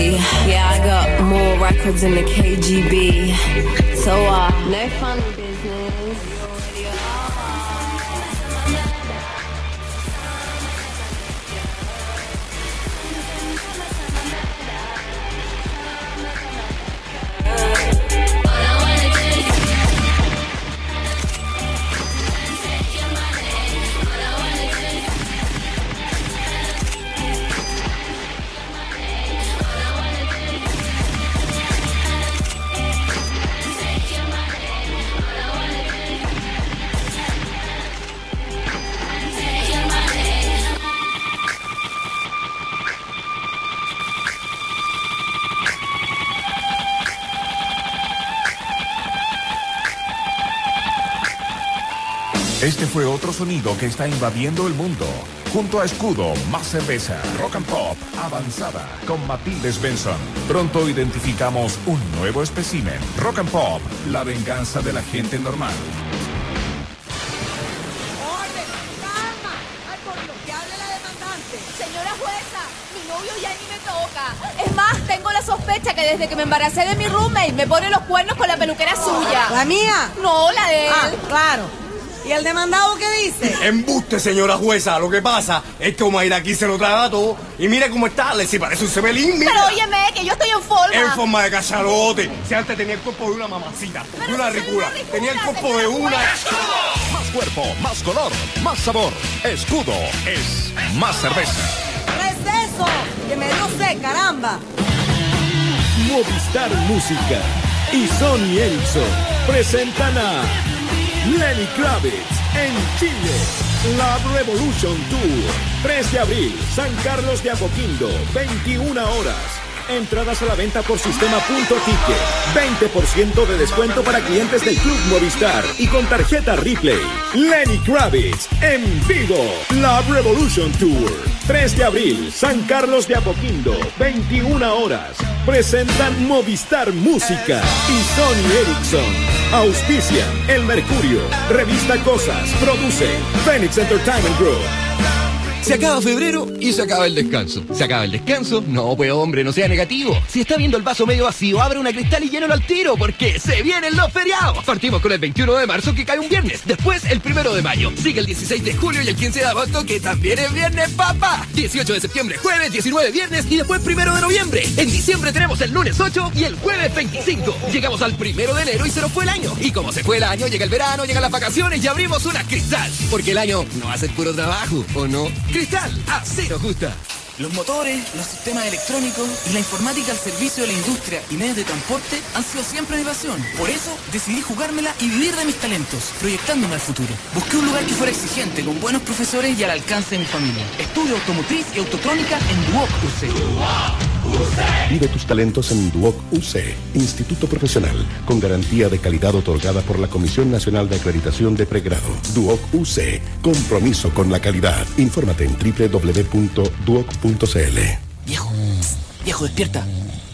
Yeah, I got more records than the KGB. So, uh, no fun business.
Este fue otro sonido que está invadiendo el mundo. Junto a Escudo, más cerveza, rock and pop, avanzada, con Matilde Svensson. Pronto identificamos un nuevo espécimen. Rock and pop, la venganza de la gente normal.
Señora jueza, mi novio ya ni me toca. Es más, tengo la sospecha que desde que me embaracé de mi roommate me pone los cuernos con la peluquera suya.
¿La mía?
No, la de él.
Ah, claro. Y ¿Y el demandado qué dice?
Embuste, señora jueza. Lo que pasa es que Omaira aquí se lo traga todo. Y mira cómo está, le si parece un cebelín. mira.
Pero óyeme, que yo estoy en forma.
En forma de cacharote. Si antes tenía el cuerpo de una mamacita, de una ricura, tenía el cuerpo de una.
Más cuerpo, más color, más sabor. Escudo es más cerveza.
¿Qué es eso? Que me dio sed, caramba.
Movistar Música y Sony Ericsson presentan a Lenny Kravitz en Chile. Love Revolution Tour. 3 de abril, San Carlos de Apoquindo, 21 horas. Entradas a la venta por sistema punto ticket. 20% de descuento para clientes del Club Movistar y con tarjeta Ripley. Lenny Kravitz en vivo. Love Revolution Tour. 3 de abril, San Carlos de Apoquindo, 21 horas. Presentan Movistar Música y Sony Ericsson. Auspicia, El Mercurio, Revista Cosas, produce Phoenix Entertainment Group.
Se acaba febrero y se acaba el descanso. ¿Se acaba el descanso? No, pues hombre, no sea negativo. Si está viendo el vaso medio vacío, abre una cristal y llénalo al tiro, porque se vienen los feriados. Partimos con el 21 de marzo, que cae un viernes. Después, el 1 de mayo. Sigue el 16 de julio y el 15 de agosto, que también es viernes, papá. 18 de septiembre, jueves, 19 viernes y después 1 de noviembre. En diciembre tenemos el lunes 8 y el jueves 25. Llegamos al 1 de enero y se nos fue el año. Y como se fue el año, llega el verano, llegan las vacaciones y abrimos una cristal. Porque el año no hace el puro trabajo, ¿o no? Cristal, así nos gusta.
Los motores, los sistemas electrónicos y la informática al servicio de la industria y medios de transporte han sido siempre mi pasión. Por eso decidí jugármela y vivir de mis talentos, proyectándome al futuro. Busqué un lugar que fuera exigente, con buenos profesores y al alcance de mi familia. Estudio automotriz y autotrónica en Duoc UC.
Vive tus talentos en Duoc UC, Instituto Profesional, con garantía de calidad otorgada por la Comisión Nacional de Acreditación de Pregrado. Duoc UC, compromiso con la calidad. Infórmate en www.duoc.cl.
Viejo, viejo, despierta.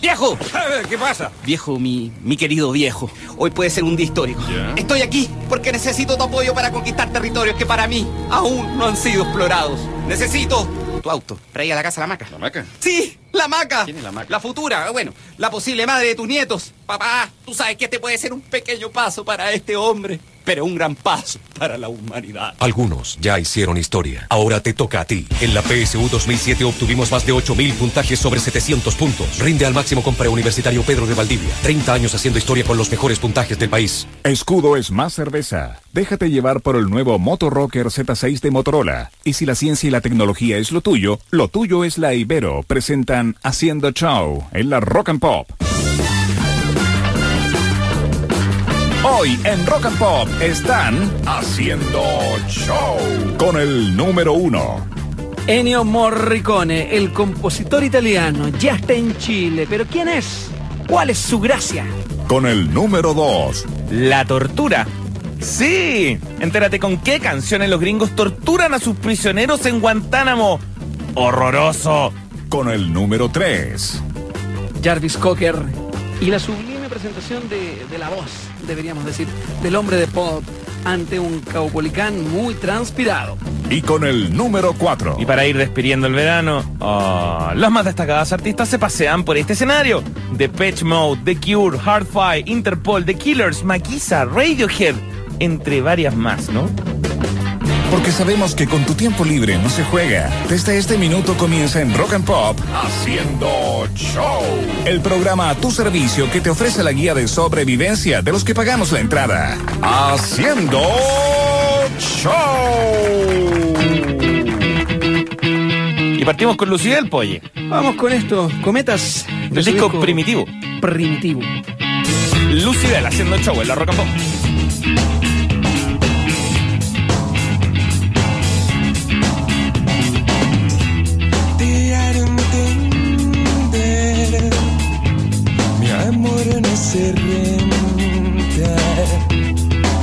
¡Viejo! Eh, ¿Qué pasa? Viejo, mi, mi querido viejo. Hoy puede ser un día histórico. Estoy aquí porque necesito tu apoyo para conquistar territorios que para mí aún no han sido explorados. Necesito tu auto para ir a la casa la maca. ¿La maca? Sí, la maca. la futura, bueno, la posible madre de tus nietos. Papá, tú sabes que este puede ser un pequeño paso para este hombre, pero un gran paso para la humanidad.
Algunos ya hicieron historia. Ahora te toca a ti. En la PSU 2007 obtuvimos más de 8.000 puntajes sobre 700 puntos. Rinde al máximo con preuniversitario Pedro de Valdivia. 30 años haciendo historia con los mejores puntajes del país.
Escudo es más cerveza. Déjate llevar por el nuevo Moto Rocker Z6 de Motorola. Y si la ciencia y la tecnología es lo tuyo, lo tuyo es la Ibero. Presentan Haciendo Chau en la Rock and Pop. Hoy en Rock and Pop están haciendo show con el número uno.
Ennio Morricone, el compositor italiano, ya está en Chile, pero ¿quién es? ¿Cuál es su gracia?
Con el número dos.
La tortura. Sí, entérate con qué canciones los gringos torturan a sus prisioneros en Guantánamo. Horroroso.
Con el número 3.
Jarvis Cocker y la sublime presentación de, de la voz, deberíamos decir, del hombre de pop ante un caupolicán muy transpirado.
Y con el número 4.
Y para ir despidiendo el verano, ah, las más destacadas artistas se pasean por este escenario. The Patch Mode, The Cure, Hardfire, Interpol, The Killers, Maquisa, Radiohead, entre varias más, ¿no?
Porque sabemos que con tu tiempo libre no se juega. Desde este minuto comienza en Rock and Pop Haciendo Show. El programa a tu servicio que te ofrece la guía de sobrevivencia de los que pagamos la entrada. Haciendo Show.
Y partimos con Lucibel, Polle.
Vamos con esto, cometas.
El disco primitivo.
Primitivo.
Lucibel haciendo show en la Rock and Pop.
Mi amor no se renta.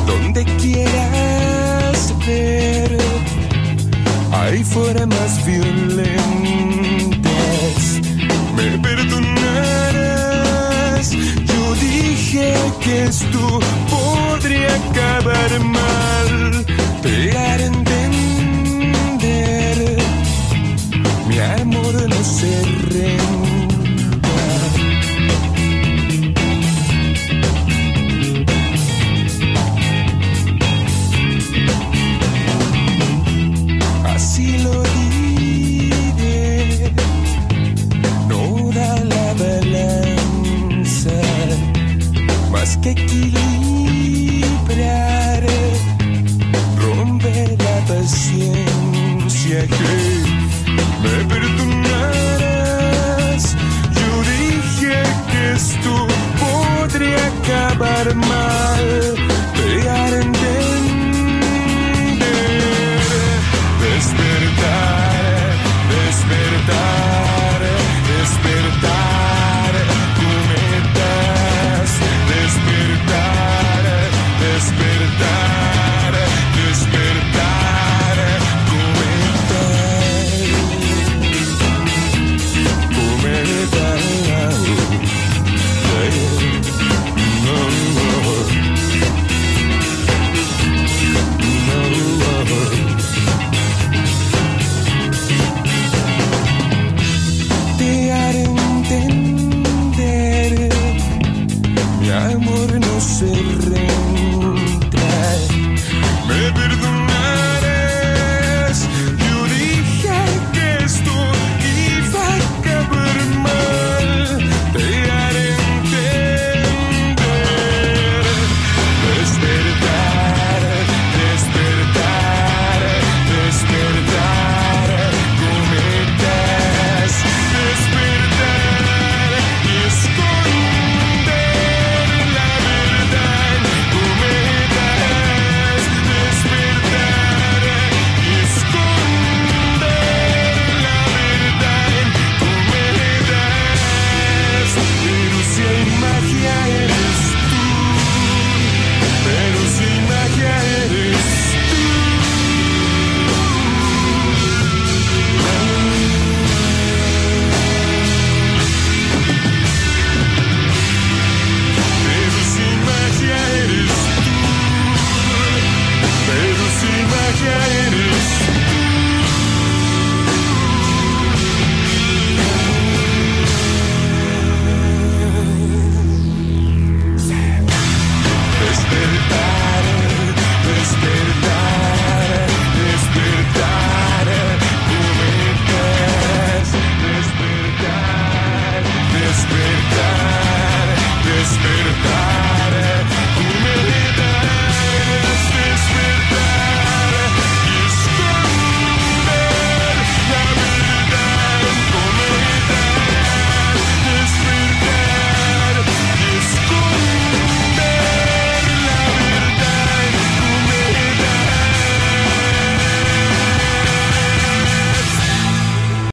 Donde quieras ver, hay formas violentas. Me perdonarás. Yo dije que esto podría acabar mal. Te haré entender. Mi amor no se renta. que equilibrar, romper la paciencia que